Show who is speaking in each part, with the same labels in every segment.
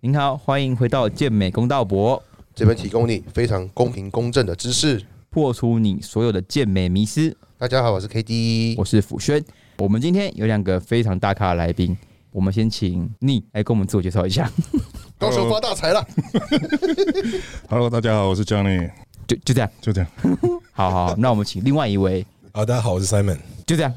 Speaker 1: 您好，欢迎回到健美公道博，
Speaker 2: 这边提供你非常公平公正的知识。
Speaker 1: 破除你所有的健美迷思。
Speaker 2: 大家好，我是 K D，
Speaker 1: 我是辅轩，我们今天有两个非常大咖的来宾，我们先请你来跟我们自我介绍一下。
Speaker 2: 高手发大财了。
Speaker 3: Hello，大家好，我是 Johnny，
Speaker 1: 就就这样，
Speaker 3: 就这样。
Speaker 1: 好好，好那我们请另外一位，
Speaker 4: 啊，大家好，我是 Simon，
Speaker 1: 就这样，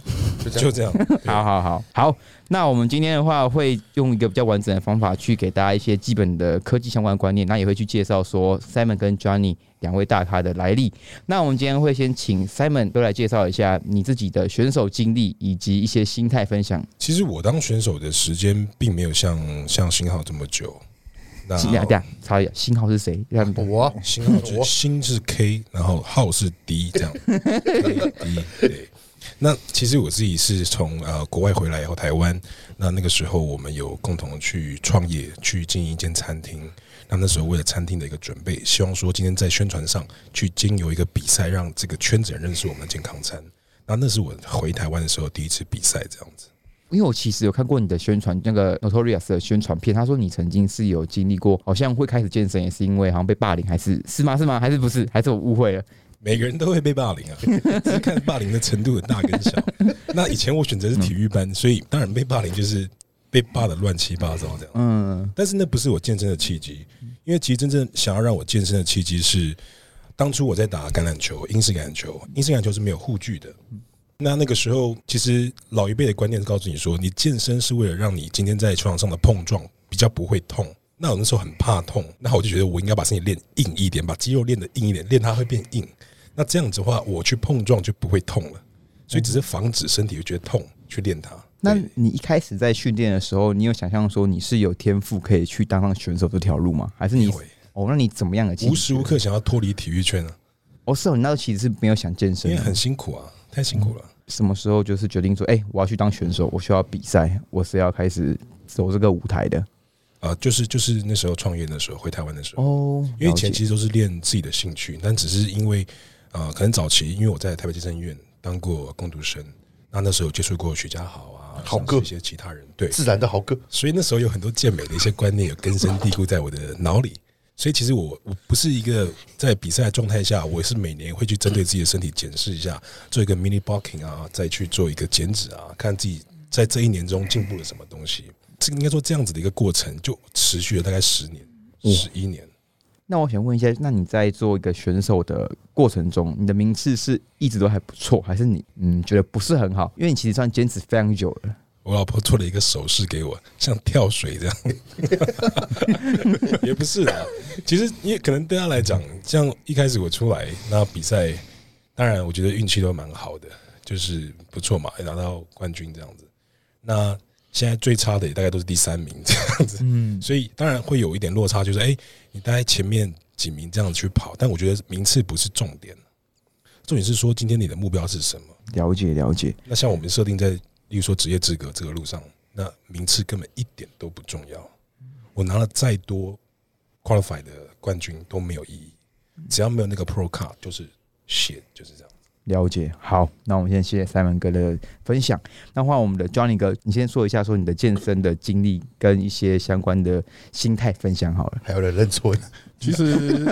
Speaker 4: 就这样，
Speaker 1: 好好好好。那我们今天的话，会用一个比较完整的方法去给大家一些基本的科技相关观念，那也会去介绍说 Simon 跟 Johnny 两位大咖的来历。那我们今天会先请 Simon 都来介绍一下你自己的选手经历以及一些心态分享。
Speaker 4: 其实我当选手的时间并没有像像新浩这么久。那
Speaker 1: 这样这样，查一下星号是谁？让
Speaker 2: 我啊
Speaker 4: 新浩就
Speaker 2: 我
Speaker 4: 新是 K，然后浩是 D，这样 K D 对。那其实我自己是从呃国外回来以后，台湾那那个时候我们有共同去创业，去经营一间餐厅。那那时候为了餐厅的一个准备，希望说今天在宣传上去经由一个比赛，让这个圈子人认识我们的健康餐。那那是我回台湾的时候第一次比赛，这样子。
Speaker 1: 因为我其实有看过你的宣传，那个 Notorious 的宣传片，他说你曾经是有经历过，好像会开始健身，也是因为好像被霸凌，还是是吗？是吗？还是不是？还是我误会了？
Speaker 4: 每个人都会被霸凌啊， 只是看霸凌的程度的大跟小。那以前我选择是体育班，所以当然被霸凌就是被霸的乱七八糟这样。
Speaker 1: 嗯，
Speaker 4: 但是那不是我健身的契机，因为其实真正想要让我健身的契机是，当初我在打橄榄球，英式橄榄球，英式橄榄球是没有护具的。那那个时候，其实老一辈的观念告诉你说，你健身是为了让你今天在球场上的碰撞比较不会痛。那我那时候很怕痛，那我就觉得我应该把身体练硬一点，把肌肉练得硬一点，练它会变硬。那这样子的话，我去碰撞就不会痛了，所以只是防止身体会觉得痛去练它。
Speaker 1: 那
Speaker 4: 对
Speaker 1: 你一开始在训练的时候，你有想象说你是有天赋可以去当上选手这条路吗？还是你
Speaker 4: 有欸
Speaker 1: 哦？那你怎么样的契机？
Speaker 4: 无时无刻想要脱离体育圈啊，
Speaker 1: 哦，是哦，你那时候其实是没有想健
Speaker 4: 因
Speaker 1: 身
Speaker 4: 为
Speaker 1: 的，
Speaker 4: 很辛苦啊，太辛苦了。
Speaker 1: 什么时候就是决定说，哎、我要去当选手，我需要比赛，我是要开始走这个舞台的
Speaker 4: 啊，就是就是那时候创业的时候，回台湾的时候，
Speaker 1: 哦。
Speaker 4: 因为以
Speaker 1: 了解
Speaker 4: 前其实都是练自己的兴趣，但只是因为呃，可能早期因为我在台北健身医院当过工读生，那那时候有接触过徐家豪啊，
Speaker 2: 豪
Speaker 4: 像
Speaker 2: 哥
Speaker 4: 是一些其他人，对，
Speaker 2: 自然的豪哥，
Speaker 4: 所以那时候有很多健美的一些观念有根深蒂固在我的脑里。所以其实我我不是一个在比赛的状态下，我是每年会去针对自己的身体检视一下，做一个 mini bulking 啊，再去做一个减脂啊，看自己在这一年中进步了什么东西。这应该说这样子的一个过程，就持续了大概十年、十一年。
Speaker 1: 那我想问一下，那你在做一个选手的过程中，你的名次是一直都还不错，还是你嗯觉得不是很好？因为你其实算坚持非常久了。
Speaker 4: 我老婆做了一个手势给我，像跳水这样，也不是啊。其实，因为可能对她来讲，像一开始我出来那比赛，当然我觉得运气都蛮好的，就是不错嘛，拿到冠军这样子。那现在最差的也大概都是第三名这样子，
Speaker 1: 嗯，
Speaker 4: 所以当然会有一点落差，就是哎、你大概前面几名这样去跑，但我觉得名次不是重点，重点是说今天你的目标是什么。
Speaker 1: 了解了解。
Speaker 4: 那像我们设定在，例如说职业资格这个路上，那名次根本一点都不重要。我拿了再多 qualify 的冠军都没有意义，只要没有那个 pro card 就是 shit，就是这样。
Speaker 1: 了解，好，那我们先谢谢 Simon 哥的分享。那换我们的 Johnny 哥，你先说一下说你的健身的经历跟一些相关的心态分享好了。
Speaker 2: 还有人认错你，
Speaker 3: 其实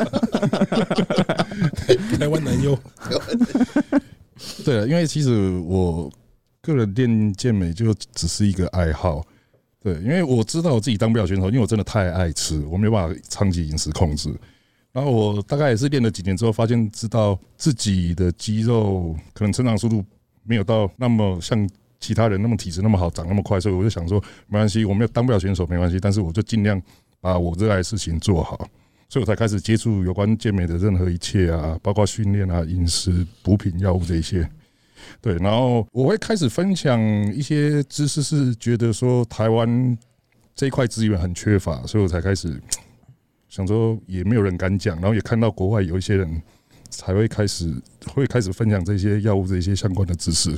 Speaker 4: 台湾男优，，
Speaker 3: 对啊了，因为其实我个人练健美就只是一个爱好，对，因为我知道我自己当不了选手，因为我真的太爱吃，我没有办法长期饮食控制。然后我大概也是练了几年之后，发现知道自己的肌肉可能成长速度没有到那么像其他人那么体质那么好，长那么快，所以我就想说，没关系，我没有当不了选手没关系，但是我就尽量把我热爱的事情做好。所以我才开始接触有关健美的任何一切啊，包括训练啊、饮食、补品、药物这一些。对，然后我会开始分享一些知识，是觉得说台湾这一块资源很缺乏，所以我才开始想说也没有人敢讲，然后也看到国外有一些人才会开始会开始分享这些药物这些相关的知识。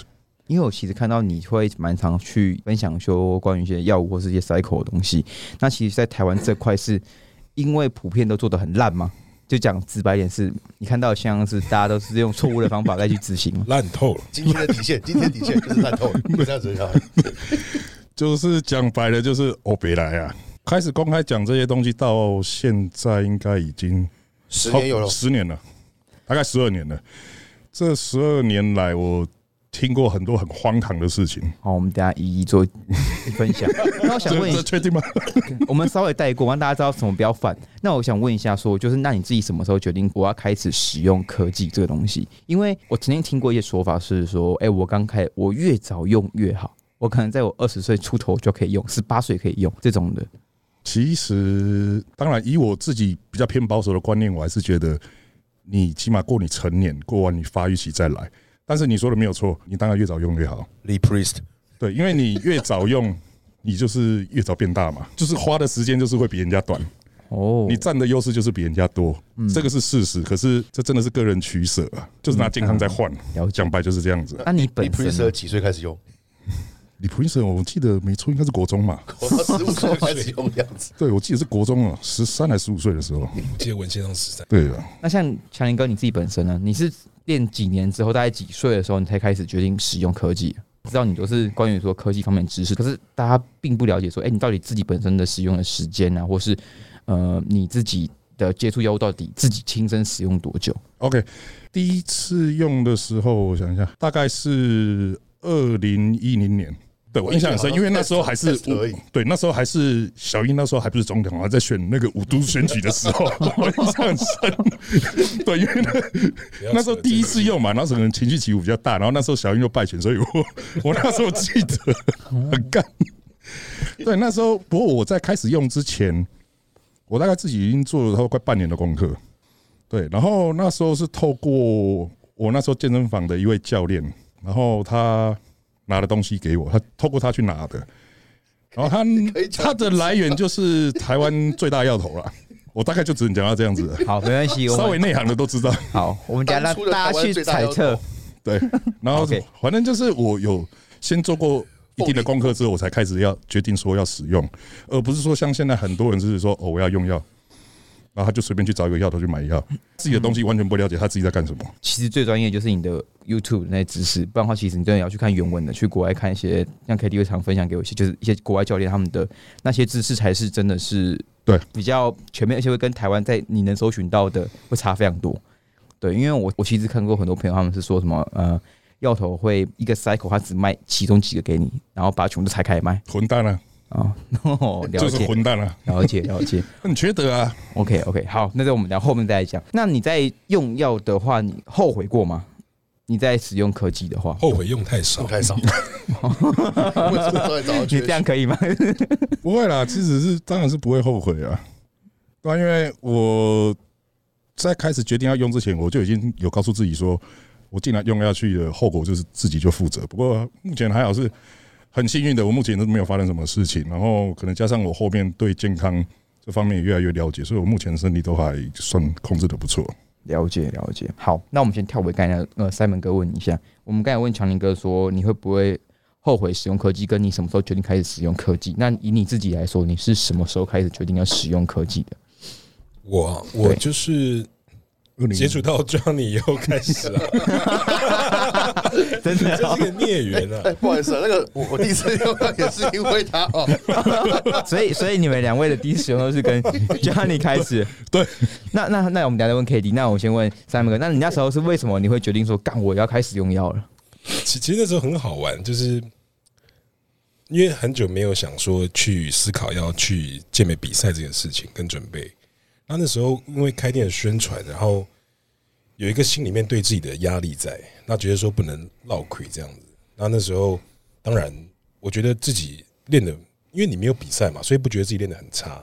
Speaker 1: 因为我其实看到你会蛮常去分享说关于一些药物或是一些 cycle 的东西，那其实，在台湾这块是因为普遍都做的很烂嘛，就讲直白点是，你看到像是大家都是用错误的方法再去执行嘛
Speaker 4: 烂透了。
Speaker 2: 今天的底线，今天底 线就是烂透了，这样子就好了。
Speaker 3: 就是讲白了，就是哦别来啊，开始公开讲这些东西到现在，应该已经
Speaker 2: 十
Speaker 3: 超
Speaker 2: 年有了，
Speaker 3: 十年了，大概十二年了。这十二年来，我听过很多很荒唐的事情。
Speaker 1: 好，我们等一下一一做分享。那我想
Speaker 3: 这
Speaker 1: 问一
Speaker 3: 这确定吗？
Speaker 1: 我们稍微带过，让大家知道什么不要犯。那我想问一下说就是那你自己什么时候决定我要开始使用科技这个东西？因为我曾经听过一些说法是说，哎、我刚开，我越早用越好。我可能在我二十岁出头就可以用，十八岁可以用这种的。
Speaker 3: 其实，当然，以我自己比较偏保守的观念，我还是觉得你起码过你成年，过完你发育期再来。但是你说的没有错，你当然越早用越好。
Speaker 2: Lee Priest
Speaker 3: 对，因为你越早用，你就是越早变大嘛， 嗯就是花的时间就是会比人家短，
Speaker 1: 哦，
Speaker 3: 你占的优势就是比人家多，这个是事实。可是这真的是个人取舍啊，就是拿健康在换。
Speaker 1: 了解
Speaker 3: 讲？白就是这样子。
Speaker 1: 那你
Speaker 2: Lee
Speaker 1: 本
Speaker 2: Priest
Speaker 1: 身呢
Speaker 2: 是几岁开始用？
Speaker 3: 李普林森，我记得没错，应该是国中嘛？
Speaker 2: 我十五岁开始用的样子。
Speaker 3: 对，我记得是国中啊，十三还十五岁的时候。
Speaker 4: 我记得文献上是在
Speaker 3: 对啊，
Speaker 1: 那像强林哥你自己本身呢？你是练几年之后，大概几岁的时候，你才开始决定使用科技？知道你都是关于说科技方面的知识，可是大家并不了解说，哎、你到底自己本身的使用的时间啊，或是呃你自己的接触药物到底自己亲身使用多久？
Speaker 3: OK，第一次用的时候，我想一下，大概是二零一零年。对我印象很深，因为那时候还是
Speaker 2: Test 而已
Speaker 3: 对，那时候还是小英，那时候还不是总统，还在选那个五都选举的时候，我印象很深。对，因为那那时候第一次用嘛，那时候可能情绪起伏比较大，然后那时候小英又败选，所以我我那时候记得很干。对，那时候不过我在开始用之前，我大概自己已经做了差不多快半年的功课。对，然后那时候是透过我那时候健身房的一位教练，然后他拿的东西给我，他透过他去拿的，然 后他
Speaker 2: 可以讲
Speaker 3: 他的来源就是台湾最大药头啦。我大概就只能讲到这 样子了，
Speaker 1: 好，没关系，
Speaker 3: 稍
Speaker 1: 我
Speaker 3: 微
Speaker 1: 们
Speaker 3: 内行的都知道。
Speaker 1: 好，我们等一下
Speaker 2: 当初
Speaker 1: 让
Speaker 2: 的
Speaker 1: 大
Speaker 2: 台
Speaker 1: 家
Speaker 2: 湾
Speaker 1: 去
Speaker 2: 最大
Speaker 1: 猜
Speaker 2: 妖
Speaker 1: 测
Speaker 2: 头。
Speaker 3: 对，然后
Speaker 1: OK
Speaker 3: 反正就是我有先做过一定的功课之后，我才开始要决定说要使用，而不是说像现在很多人是说哦我要用药，然后他就随便去找一个药头去买药，自己的东西完全不了解他自己在干什么。
Speaker 1: 其实最专业就是你的 YouTube 那些知识，不然的话，其实你真的要去看原文的，去国外看一些，像 K D 会常分享给我一些，就是一些国外教练他们的那些知识才是真的是
Speaker 3: 对
Speaker 1: 比较全面，而且会跟台湾在你能搜寻到的会差非常多。对，因为我我其实看过很多朋友，他们是说什么呃，药头会一个 cycle，他只卖其中几个给你，然后把它全部都拆开卖
Speaker 3: 混蛋啊，
Speaker 1: 啊。哦， 了
Speaker 3: 就是
Speaker 1: 解，
Speaker 3: 混蛋啊，
Speaker 1: 了解，了解。
Speaker 3: 很缺德啊！
Speaker 1: OK OK，好，那在我们聊后面再来讲。那你在用药的话，你后悔过吗？你在使用科技的话，
Speaker 4: 后悔用太少
Speaker 2: 不，太少，为什么突然找到
Speaker 1: 你
Speaker 2: 缺
Speaker 1: 这样可以吗？
Speaker 3: 不会啦，其实是当然是不会后悔啊，对啊，因为我在开始决定要用之前，我就已经有告诉自己说，我既然用下去的后果就是自己就负责。不过目前还好是很幸运的，我目前都没有发生什么事情。然后可能加上我后面对健康这方面也越来越了解，所以我目前身体都还算控制的不错。
Speaker 1: 了解了解。好，那我们先跳回刚才呃，Simon 哥问你一下，我们刚才问强林哥说，你会不会后悔使用科技，跟你什么时候决定开始使用科技？那以你自己来说，你是什么时候开始决定要使用科技的？
Speaker 4: 我啊我
Speaker 1: 对
Speaker 4: 就是接触到 Johnny 以后开始 啊，
Speaker 1: 真
Speaker 4: 这
Speaker 1: 的、哦
Speaker 4: 是个孽缘啊
Speaker 2: 哎，。不好意思、啊，那个我我第一次用到也是因为他哦，
Speaker 1: 所以所以你们两位的第一次使用都是 跟 Johnny 开始。
Speaker 3: 对，
Speaker 1: 那那那我们等一下再问 K D。那我先问 Simon 哥，那你那时候是为什么你会决定说，干我要开始用药了？
Speaker 4: 其其实那时候很好玩，就是因为很久没有想说去思考要去健美比赛这件事情跟准备。那那时候因为开店的宣传，然后有一个心里面对自己的压力在，那觉得说不能落亏这样子。那那时候当然，我觉得自己练的，因为你没有比赛嘛，所以不觉得自己练的很差。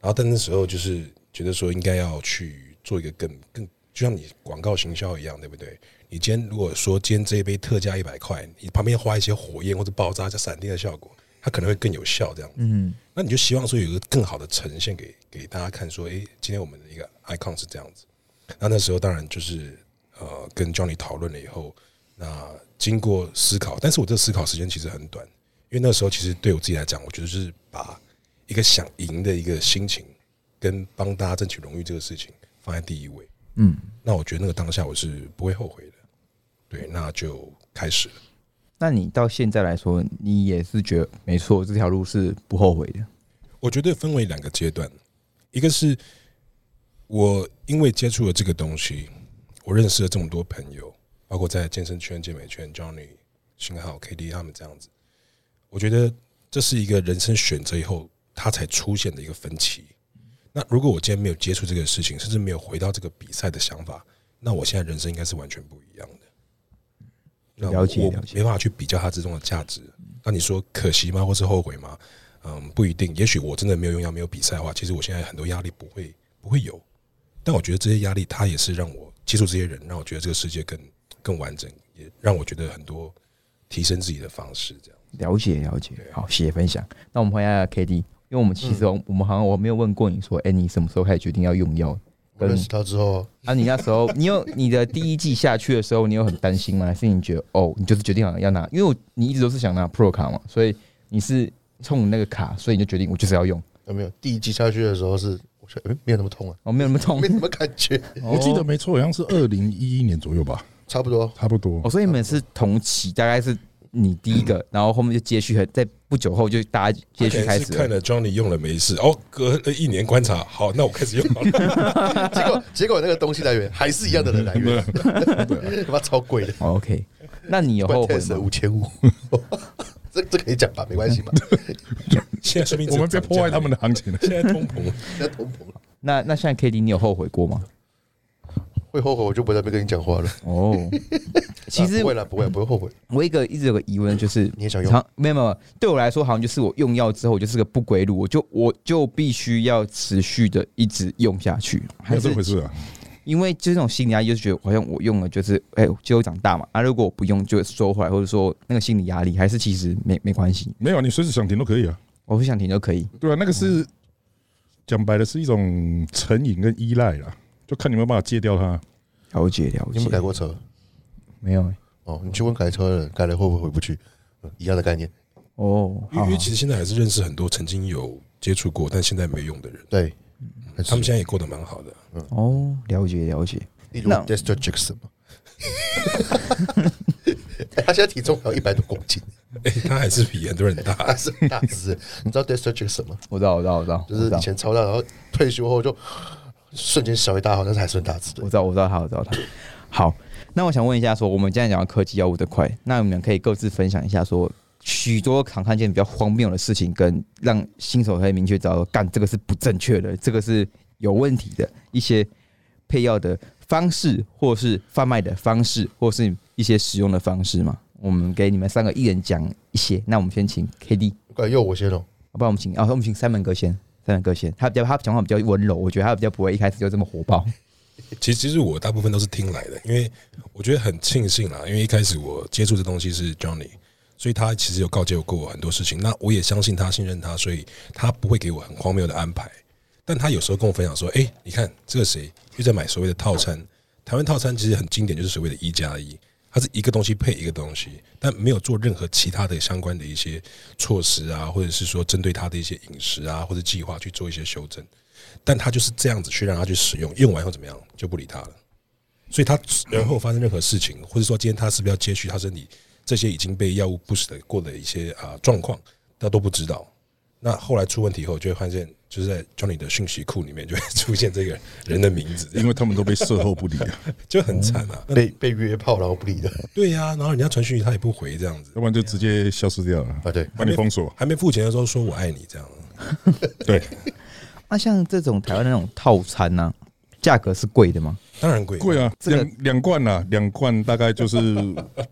Speaker 4: 然后但那时候就是觉得说应该要去做一个更更，就像你广告行销一样，对不对？你今天如果说今天这一杯特价一百块，你旁边画一些火焰或者爆炸加闪电的效果，它可能会更有效。这样，嗯，那你就希望说有一个更好的呈现给给大家看，说，诶，今天我们的一个 icon 是这样子。那那时候当然就是呃，跟 Johnny 讨论了以后，那经过思考，但是我这思考时间其实很短，因为那时候其实对我自己来讲，我觉得是把一个想赢的一个心情，跟帮大家争取荣誉这个事情放在第一位。
Speaker 1: 嗯，
Speaker 4: 那我觉得那个当下我是不会后悔的。对，那就开始了。
Speaker 1: 那你到现在来说，你也是觉得没错，这条路是不后悔的。
Speaker 4: 我觉得分为两个阶段，一个是我因为接触了这个东西，我认识了这么多朋友，包括在健身圈、健美圈，Johnny、新浩、KD 他们这样子，我觉得这是一个人生选择以后它才出现的一个分歧。那如果我今天没有接触这个事情，甚至没有回到这个比赛的想法，那我现在人生应该是完全不一样的。那我
Speaker 1: 了解
Speaker 4: 我
Speaker 1: 了解
Speaker 4: 没办法去比较它之中的价值。那你说可惜吗，或是后悔吗？嗯，不一定。也许我真的没有用药，没有比赛的话，其实我现在很多压力不会不会有。但我觉得这些压力，它也是让我接触这些人，让我觉得这个世界更更完整，也让我觉得很多提升自己的方式。这样，
Speaker 1: 了解了解，好，谢谢分享。那我们回来 K D，因为我们其实我我们好像我没有问过你说，哎、你什么时候开始决定要用药？
Speaker 2: 我认识他之后，
Speaker 1: 啊，你那时候你有你的第一季下去的时候，你有很担心吗？还是你觉得哦，你就是决定好要拿？因为我你一直都是想拿 Pro 卡嘛，所以你是冲那个卡，所以你就决定我就是要用。
Speaker 2: 有没有第一季下去的时候是，我觉得诶没有那么痛啊，
Speaker 1: 哦，没有那么痛
Speaker 2: 没，什么感 觉，
Speaker 3: 我记得没错，好像是二零一一年左右吧，
Speaker 2: 差不多。
Speaker 3: 差不多
Speaker 1: 哦，。所以你们是同期，大概是你第一个，然后后面就接续很，在不久后就大家接续开始
Speaker 4: 看
Speaker 1: 了。
Speaker 4: 了 Johnny 用了没事，哦，隔了一年观察，好，那我开始用好了。
Speaker 2: 结果结果那个东西来源还是一样的人来源， 他妈超贵的，
Speaker 1: 哦 OK，那你有后悔
Speaker 2: test
Speaker 1: 吗？
Speaker 2: 五千五， 这这可以讲吧？没关 系吧？
Speaker 4: 现在说明
Speaker 3: 我们别破坏他们
Speaker 4: 的，
Speaker 3: 的行情了。
Speaker 4: 现在通 膨。
Speaker 2: 现在通膨了，
Speaker 1: 那那现在 K D 你有后悔过吗？
Speaker 2: 会后悔我就不在那边跟你讲话了。
Speaker 1: 哦，其
Speaker 2: 啊
Speaker 1: 实嗯
Speaker 2: 不会了，不会，不会后悔。
Speaker 1: 我一个一直有个疑问，就是
Speaker 2: 你也想用
Speaker 1: 常没有没有，对我来说好像就是我用药之后，我就是个不归路，我就我就必须要持续的一直用下去，
Speaker 3: 没
Speaker 1: 还
Speaker 3: 有
Speaker 1: 是
Speaker 3: 这回事啊？
Speaker 1: 因为就是这种心理压力，就是觉得好像我用了就是哎、就会长大嘛，啊，如果我不用就会收回来，或者说那个心理压力，还是其实没没关系，
Speaker 3: 没有啊，你随时想停都可以啊。
Speaker 1: 我不想停就可以。
Speaker 3: 对啊，那个是讲白了是一种成瘾跟依赖啦，就看你有没有办法戒掉它。
Speaker 1: 了解了
Speaker 2: 你有没
Speaker 1: 解
Speaker 2: 有，改过车？
Speaker 1: 没有欸
Speaker 2: 哦，你去问改车的人，改了会不会回不去？嗯一样的概念。
Speaker 1: 哦，
Speaker 4: 因
Speaker 1: 好
Speaker 4: 为因为其实现在还是认识很多曾经有接触过，但现在没用的人，
Speaker 2: 对，
Speaker 4: 嗯他们现在也过得蛮好的。
Speaker 1: 哦，了解了解，
Speaker 2: 例如
Speaker 1: 那
Speaker 2: Dexter Jackson 嘛， 欸他现在体重还有一百多公 斤，
Speaker 4: 哎，他还是比很多人大
Speaker 2: 他。是大只。你知道 Dexter Jackson 吗？
Speaker 1: 我知道我知道我知道，
Speaker 2: 就是
Speaker 1: 我知道
Speaker 2: 以前超大，然后退休后就瞬间小一大号，但是还是很大只的
Speaker 1: 我。知道，我知道他，我知道他。好，那我想问一下说我们现在讲到科技药物这块，那你们可以各自分享一下说，许多常看见比较荒谬的事情，跟让新手可以明确知道说，干这个是不正确的，这个是有问题的一些配药的方式，或是贩卖的方式，或是一些使用的方式嘛。我们给你们三个一人讲一些，那我们先请 K D，
Speaker 2: 怪又我先哦，
Speaker 1: 不然我们请啊，我们请三门哥先，三门哥先，他比较他讲话比较温柔，我觉得他比较不会一开始就这么火爆。
Speaker 4: 其实其实我大部分都是听来的，因为我觉得很庆幸啦，因为一开始我接触这东西是 Johnny，所以他其实有告诫过我很多事情。那我也相信他，信任他，所以他不会给我很荒谬的安排。但他有时候跟我分享说：“哎、你看这个谁又在买所谓的套餐？台湾套餐其实很经典，就是所谓的一加一，它是一个东西配一个东西，但没有做任何其他的相关的一些措施啊，或者是说针对他的一些饮食啊或者计划去做一些修正。但他就是这样子去让他去使用，用完以后怎么样就不理他了。所以他然后发生任何事情，或者说今天他是不是要接续他身体这些已经被药物不时的过的一些啊状况，他都不知道。那后来出问题以后，就会发现就是在 Johnny 的讯息库里面就会出现这个人的名字，这样
Speaker 3: 因为他们都被售后不理啊，
Speaker 4: 就很惨啊。那
Speaker 2: 被
Speaker 1: 嗯
Speaker 2: 被约炮然后不理的
Speaker 4: 对呀、然后人家传讯息他也不回，这样子
Speaker 3: 要不然就直接消失掉了，
Speaker 2: 啊，对，
Speaker 3: 把你封锁。
Speaker 4: 还没付钱的时候说我爱你这样。
Speaker 3: 对，
Speaker 1: 那啊像这种台湾的那种套餐呢、价格是贵的吗？
Speaker 4: 当然贵，
Speaker 3: 贵啊，
Speaker 1: 这个
Speaker 3: 两两罐啊，两罐大概就是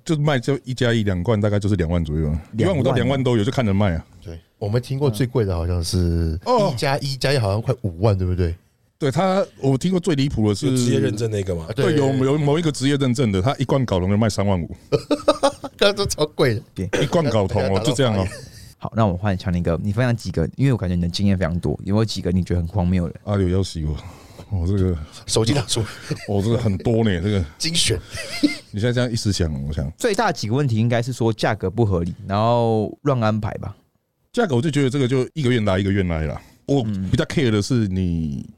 Speaker 3: 就是卖就一加一，两罐大概就是两万左右，一万五到两万都有，就看着卖啊。
Speaker 2: 对，我们听过最贵的好像是
Speaker 3: 哦
Speaker 2: 一加一加一，好像快五万，对不对？
Speaker 3: 对他，我听过最离谱的
Speaker 4: 就是直接认。证那个嘛
Speaker 2: 啊。
Speaker 3: 对，有有某一个职业认证的，他一罐睾酮就卖三万五，
Speaker 2: 刚刚啊超贵的，
Speaker 3: 一罐睾酮哦，就这样哦。
Speaker 1: 好，那我换强林哥，你分享几个，因为我感觉你的经验非常多，有没有几个你觉得很荒谬的？
Speaker 3: 阿柳要洗我，我这个
Speaker 2: 手机拿出来
Speaker 3: 我哦这个很多呢，这个
Speaker 2: 精选，
Speaker 3: 你现在这样一时想，我想
Speaker 1: 最大几个问题应该是说价格不合理，然后乱安排吧。
Speaker 3: 价格我就觉得这个就一个愿打一个愿挨啦。我
Speaker 1: 嗯
Speaker 3: 比较 care 的是你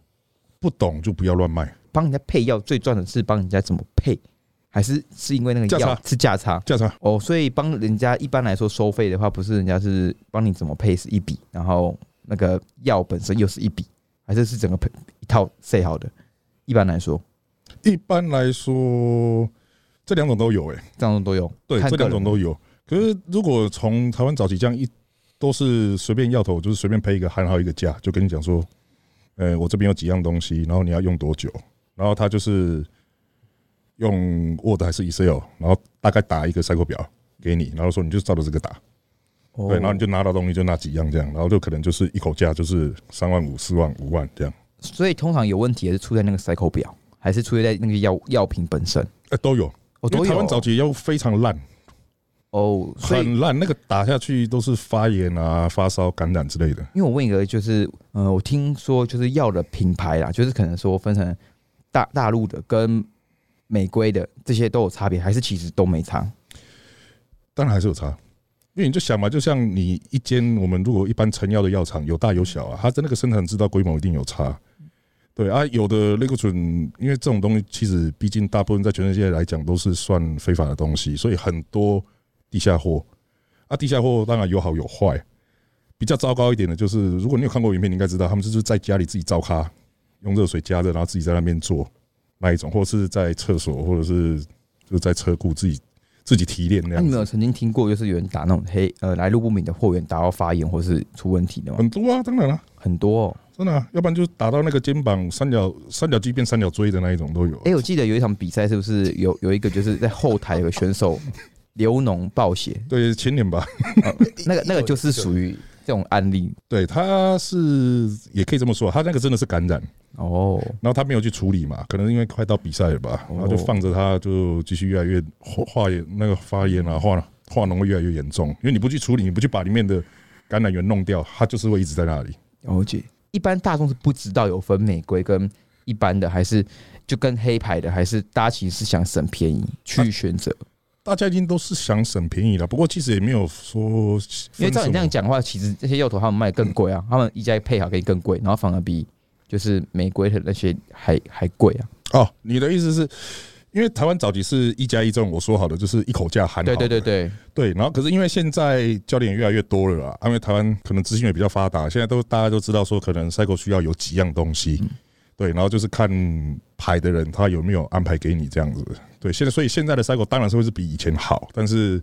Speaker 3: 不懂就不要乱卖，
Speaker 1: 帮人家配药最赚的是帮人家怎么配，还是是因为那个
Speaker 3: 价差
Speaker 1: 药是价差？
Speaker 3: 价差
Speaker 1: 哦，所以帮人家一般来说收费的话，不是人家是帮你怎么配是一笔，然后那个药本身又是一笔，还是是整个 p- 一套 say 好的？一般来说，
Speaker 3: 一般来说，这两种都有诶、欸
Speaker 1: 这样都有。
Speaker 3: 对，
Speaker 1: 看
Speaker 3: 这
Speaker 1: 个
Speaker 3: 两
Speaker 1: 人
Speaker 3: 种都有。可是如果从台湾早期这样一都是随便药头，就是随便配一个handheld 一个价，就跟你讲说，呃，我这边有几样东西，然后你要用多久，然后他就是用 Word 还是 Excel，然后大概打一个赛 y 表给你，然后说你就照着这个打，
Speaker 1: 哦
Speaker 3: 对，然后你就拿到东西就那几样这样，然后就可能就是一口价就是三万五、四万、五万这样，
Speaker 1: 所以通常有问题也是出在那个 cycle 表，还是出在那个药药品本身？
Speaker 3: 呃，都有。
Speaker 1: 哦，
Speaker 3: 因
Speaker 1: 都
Speaker 3: 为
Speaker 1: 有
Speaker 3: 台湾早期药物非常烂，
Speaker 1: 哦，所以
Speaker 3: 很烂，那个打下去都是发炎啊、发烧、感染之类的。
Speaker 1: 因为我问一个，就是呃，我听说就是药的品牌啦，就是可能说分成大大陆的跟美规的这些都有差别，还是其实都没差？
Speaker 3: 当然还是有差，因为你就想嘛，就像你一间我们如果一般成药的药厂有大有小啊，它的那个生产制造规模一定有差。对啊，有的类固醇，因为这种东西其实毕竟大部分在全世界来讲都是算非法的东西，所以很多地下货啊，地下货当然有好有坏。比较糟糕一点的就是，如果你有看过影片，你应该知道他们就是在家里自己造咖，用热水加热，然后自己在那边做那一种，或是在厕所，或者是就是在车库自己自己提炼那
Speaker 1: 那
Speaker 3: 样
Speaker 1: 你
Speaker 3: 子
Speaker 1: 们。有曾经听过就是有人打那种黑呃来路不明的货源打到发炎或是出问题的吗？
Speaker 3: 很多啊，当然了、
Speaker 1: 很多、哦。
Speaker 3: 真的、啊，要不然就打到那个肩膀三角三角肌变三角锥的那一种都有。啊
Speaker 1: 哎、我记得有一场比赛，是不是有有一个就是在后台有个选手 流脓暴血，
Speaker 3: 对，前年吧，
Speaker 1: 那个那个就是属于这种案例
Speaker 3: 对，他是也可以这么说，他那个真的是感染，
Speaker 1: 哦。
Speaker 3: 然后他没有去处理嘛，可能因为快到比赛了吧，
Speaker 1: 哦
Speaker 3: 然后就放着他就继续越来越化化炎，那个发炎啊，化化脓会越来越严重，因为你不去处理，你不去把里面的感染源弄掉，它就是会一直在那里。
Speaker 1: 了解。一般大众是不知道有分玫瑰跟一般的，还是就跟黑牌的，还是大家其实是想省便宜去选择。
Speaker 3: 大家已经都是想省便宜了，不过其实也没有说
Speaker 1: 因为照你这样
Speaker 3: 分
Speaker 1: 讲话，其实这些药头他们卖更贵啊，他们一家配好可以更贵，然后反而比就是玫瑰的那些还还贵啊。
Speaker 3: 什么哦，你的意思是？因为台湾早期是一加一这种我说好的，就是一口价含好
Speaker 1: 对
Speaker 3: 的
Speaker 1: 对对对，
Speaker 3: 对，然后可是因为现在教练也越来越多了啦，因为台湾可能资讯也比较发达，现在都大家都知道说，可能赛狗需要有几样东西，对，然后就是看牌的人他有没有安排给你这样子，对，现在所以现在的赛狗当然是会是比以前好，但是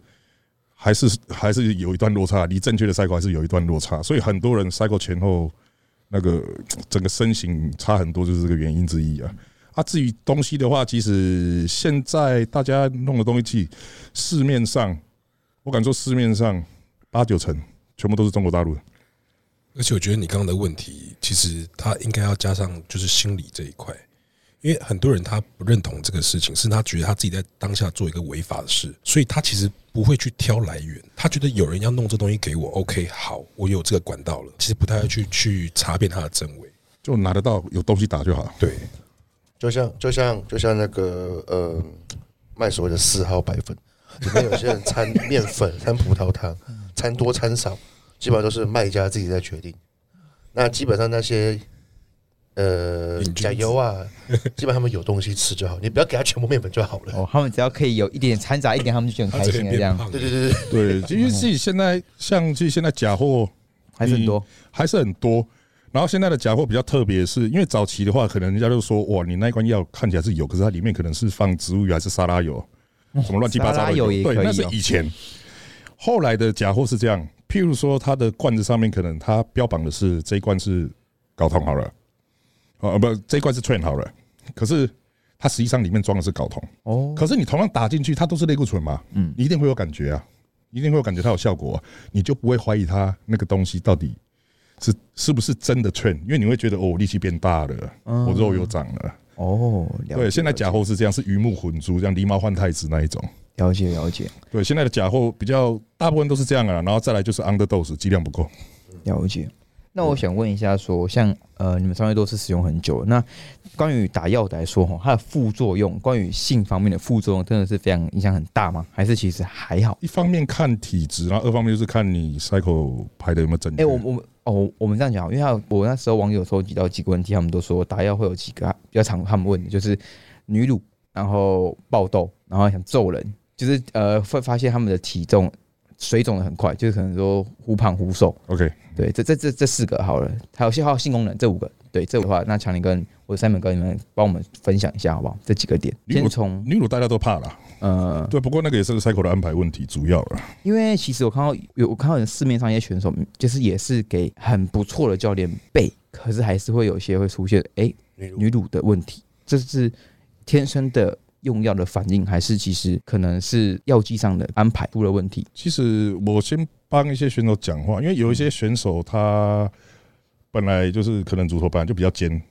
Speaker 3: 还是还是有一段落差，离正确的赛狗还是有一段落差，所以很多人赛狗前后那个整个身形差很多，就是这个原因之一啊。啊，至于东西的话，其实现在大家弄的东西，其实市面上我敢说市面上八九成全部都是中国大陆的。
Speaker 4: 而且我觉得你刚刚的问题，其实他应该要加上就是心理这一块，因为很多人他不认同这个事情，是他觉得他自己在当下做一个违法的事，所以他其实不会去挑来源，他觉得有人要弄这东西给我，OK，好，我有这个管道了，其实不太会去去查遍它的真伪。
Speaker 3: 就拿得到有东西打就好，
Speaker 4: 对，
Speaker 2: 就像就像就像那个呃，卖所谓的四号白粉，里面有些人掺面粉、掺葡萄糖、掺多掺少，基本上都是卖家自己在决定。那基本上那些呃
Speaker 4: 瘾君子
Speaker 2: 甲油啊，基本上他们有东西吃就好，你不要给他全部面粉就好了。
Speaker 1: 哦，他们只要可以有一点掺杂一点，他们就觉得很
Speaker 4: 他
Speaker 1: 开
Speaker 4: 这
Speaker 1: 心
Speaker 4: 个
Speaker 1: 啊了，这
Speaker 4: 变
Speaker 1: 样
Speaker 4: 胖，
Speaker 2: 对对对对，
Speaker 3: 对，因为自己现在像其实现在假货
Speaker 1: 还是很多。
Speaker 3: 还是很多，然后现在的假货比较特别，是因为早期的话，可能人家就说哇，你那一罐药看起来是有，可是它里面可能是放植物油还是沙拉油，什么乱七八
Speaker 1: 嗯
Speaker 3: 糟
Speaker 1: 沙拉
Speaker 3: 的
Speaker 1: 油也
Speaker 3: 对，
Speaker 1: 可以
Speaker 3: 那是
Speaker 1: 哦
Speaker 3: 以前。后来的假货是这样，譬如说它的罐子上面可能它标榜的是这一罐是睾酮好了，啊不，这一罐是 train 好了，可是它实际上里面装的是睾酮。
Speaker 1: 哦，
Speaker 3: 可是你同样打进去，它都是类固醇嘛，嗯，你一定会有感觉啊，一定会有感觉它有效果啊、你就不会怀疑它那个东西到底是是不是真的 train，因为你会觉得哦，我力气变大了，我肉又长了。
Speaker 1: 哦，嗯了
Speaker 3: 对，
Speaker 1: 解
Speaker 3: 现在假货是这样，是鱼目混珠，这样狸猫换太子那一种。
Speaker 1: 了解了解
Speaker 3: 对，现在的假货比较大部分都是这样啊，然后再来就是 underdose 剂量不够。
Speaker 1: 了解。那我想问一下说像呃，你们三位都是使用很久了，那关于打药的来说，哈，它的副作用，关于性方面的副作用，真的是非常影响很大吗？还是其实还好？
Speaker 3: 一方面看体质，然后二方面就是看你 cycle 排的有没有正确。
Speaker 1: 哎、我我们哦，我们这样讲好，因为他我那时候网友收集到几个问题，他们都说打药会有几个啊比较常他们问的，就是女乳，然后爆痘，然后想揍人，就是呃会发现他们的体重水肿的很快，就是可能说忽胖忽瘦，
Speaker 3: OK，
Speaker 1: 对，这这这这四个好了，还有还有性功能这五个，对，这五个的话，那强林跟我三本哥你们帮我们分享一下好不好？这几个点，
Speaker 3: 你
Speaker 1: 先
Speaker 3: 我
Speaker 1: 从
Speaker 3: 女乳大家都怕啦，
Speaker 1: 呃，
Speaker 3: 对，不过那个也是 cycle 的安排问题，主要了。
Speaker 1: 因为其实我看到有我看到有市面上一些选手，就是也是给很不错的教练背，可是还是会有一些会出现哎、
Speaker 2: 女乳
Speaker 1: 女乳的问题，这是天生的用药的反应，还是其实可能是药剂上的安排出了问题？
Speaker 3: 其实我先帮一些选手讲话，因为有一些选手他本来就是可能乳头本来就比较尖，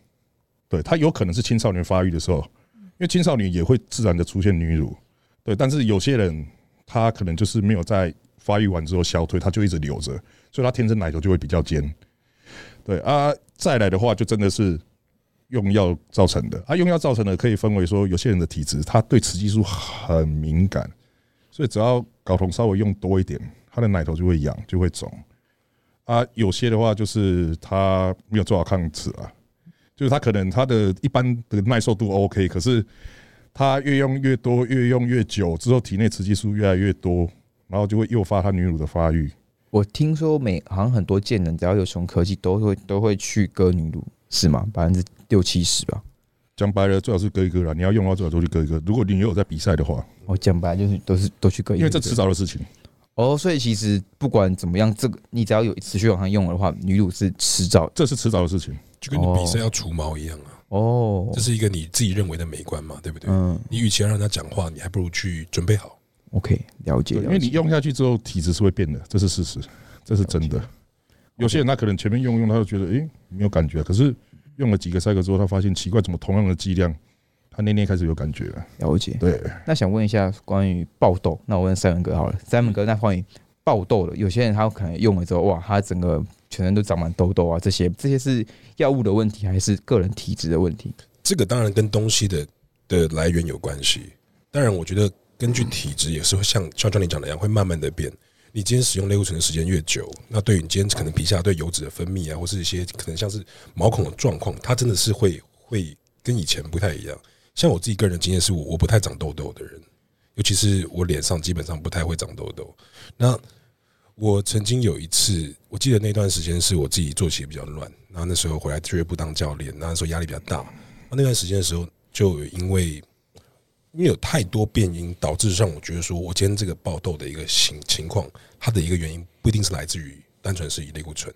Speaker 3: 对他有可能是青少年发育的时候，因为青少年也会自然的出现女乳，对，但是有些人他可能就是没有在发育完之后消退，他就一直留着，所以他天生奶头就会比较尖，对啊，再来的话就真的是。用药造成的啊，用药造成的可以分为说，有些人的体质他对雌激素很敏感，所以只要睾酮稍微用多一点，它的奶头就会痒，就会肿。啊，有些的话就是它没有做好抗脂啊，就是它可能它的一般的耐受度 OK，可是它越用越多，越用越久之后，体内雌激素越来越多，然后就会诱发它女乳的发育。
Speaker 1: 我听说每好像很多健人只要有雄科技都会都会去割女乳，是吗？百分之六七十吧。
Speaker 3: 讲白了，最好是割一割啦，你要用的话最好就去割一割。如果你有在比赛的话，
Speaker 1: 我讲白就是都是都去割，
Speaker 3: 因为这迟早的事情。
Speaker 1: 哦，所以其实不管怎么样，这个你只要有持续往上用的话，女乳是迟早
Speaker 3: 这是迟早的事情，
Speaker 4: 就跟你比赛要除毛一样啊，
Speaker 1: 哦
Speaker 4: 这。是一个你自己认为的美观嘛，对不对？
Speaker 1: 嗯
Speaker 4: 你与其让人家讲话，你还不如去准备好。
Speaker 1: ，OK，了解。
Speaker 3: 对，因为你用下去之后，体质是会变的，这是事实，这是真的。有些人他可能前面用用，他就觉得诶、没有感觉，可是用了几个赛克之后，他发现奇怪，怎么同样的剂量，他那天开始有感觉了。
Speaker 1: 了解。
Speaker 3: 对，
Speaker 1: 那想问一下关于爆痘，那我问三文哥好了，三文哥，那关于爆痘的，有些人他可能用了之后，哇，他整个全身都长满痘痘啊，这些这些是药物的问题，还是个人体质的问题？
Speaker 4: 这个当然跟东西的的来源有关系。当然，我觉得根据体质也是会像像教练讲的一样，会慢慢的变。你今天使用类固醇的时间越久，那对于你今天可能皮下对油脂的分泌啊，或是一些可能像是毛孔的状况，它真的是会会跟以前不太一样。像我自己个人的经验是我我不太长痘痘的人，尤其是我脸上基本上不太会长痘痘。那我曾经有一次，我记得那段时间是我自己作息比较乱，然后那时候回来俱乐部当教练，那时候压力比较大，那那段时间的时候，就有因为因为有太多变因，导致让我觉得说我今天这个爆痘的一个情情况，它的一个原因不一定是来自于单纯是以类固醇，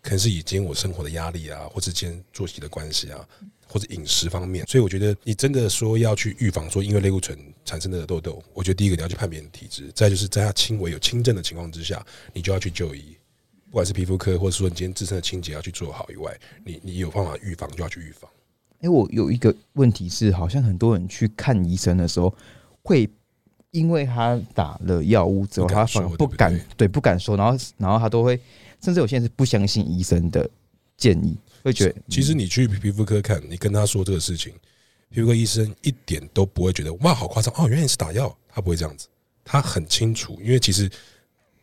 Speaker 4: 可能是以今天我生活的压力啊，或是今天作息的关系啊，或者饮食方面。所以我觉得你真的说要去预防说因为类固醇产生的痘痘，我觉得第一个你要去判别你的体质，再就是在它轻微有轻症的情况之下，你就要去就医。不管是皮肤科，或者说你今天自身的清洁要去做好以外，你你有办法预防就要去预防。
Speaker 1: 哎、我有一个问题是，好像很多人去看医生的时候，会因为他打了药物之后，
Speaker 4: 不
Speaker 1: 他
Speaker 4: 敢
Speaker 1: 反而
Speaker 4: 说
Speaker 1: 不
Speaker 4: 对不
Speaker 1: 敢
Speaker 4: 对
Speaker 1: 对不敢说，然后然后他都会，甚至有些人是不相信医生的建议，会觉得嗯
Speaker 4: 其实你去皮肤科看，你跟他说这个事情，皮肤科医生一点都不会觉得哇好夸张哦，原来你是打药，他不会这样子，他很清楚，因为其实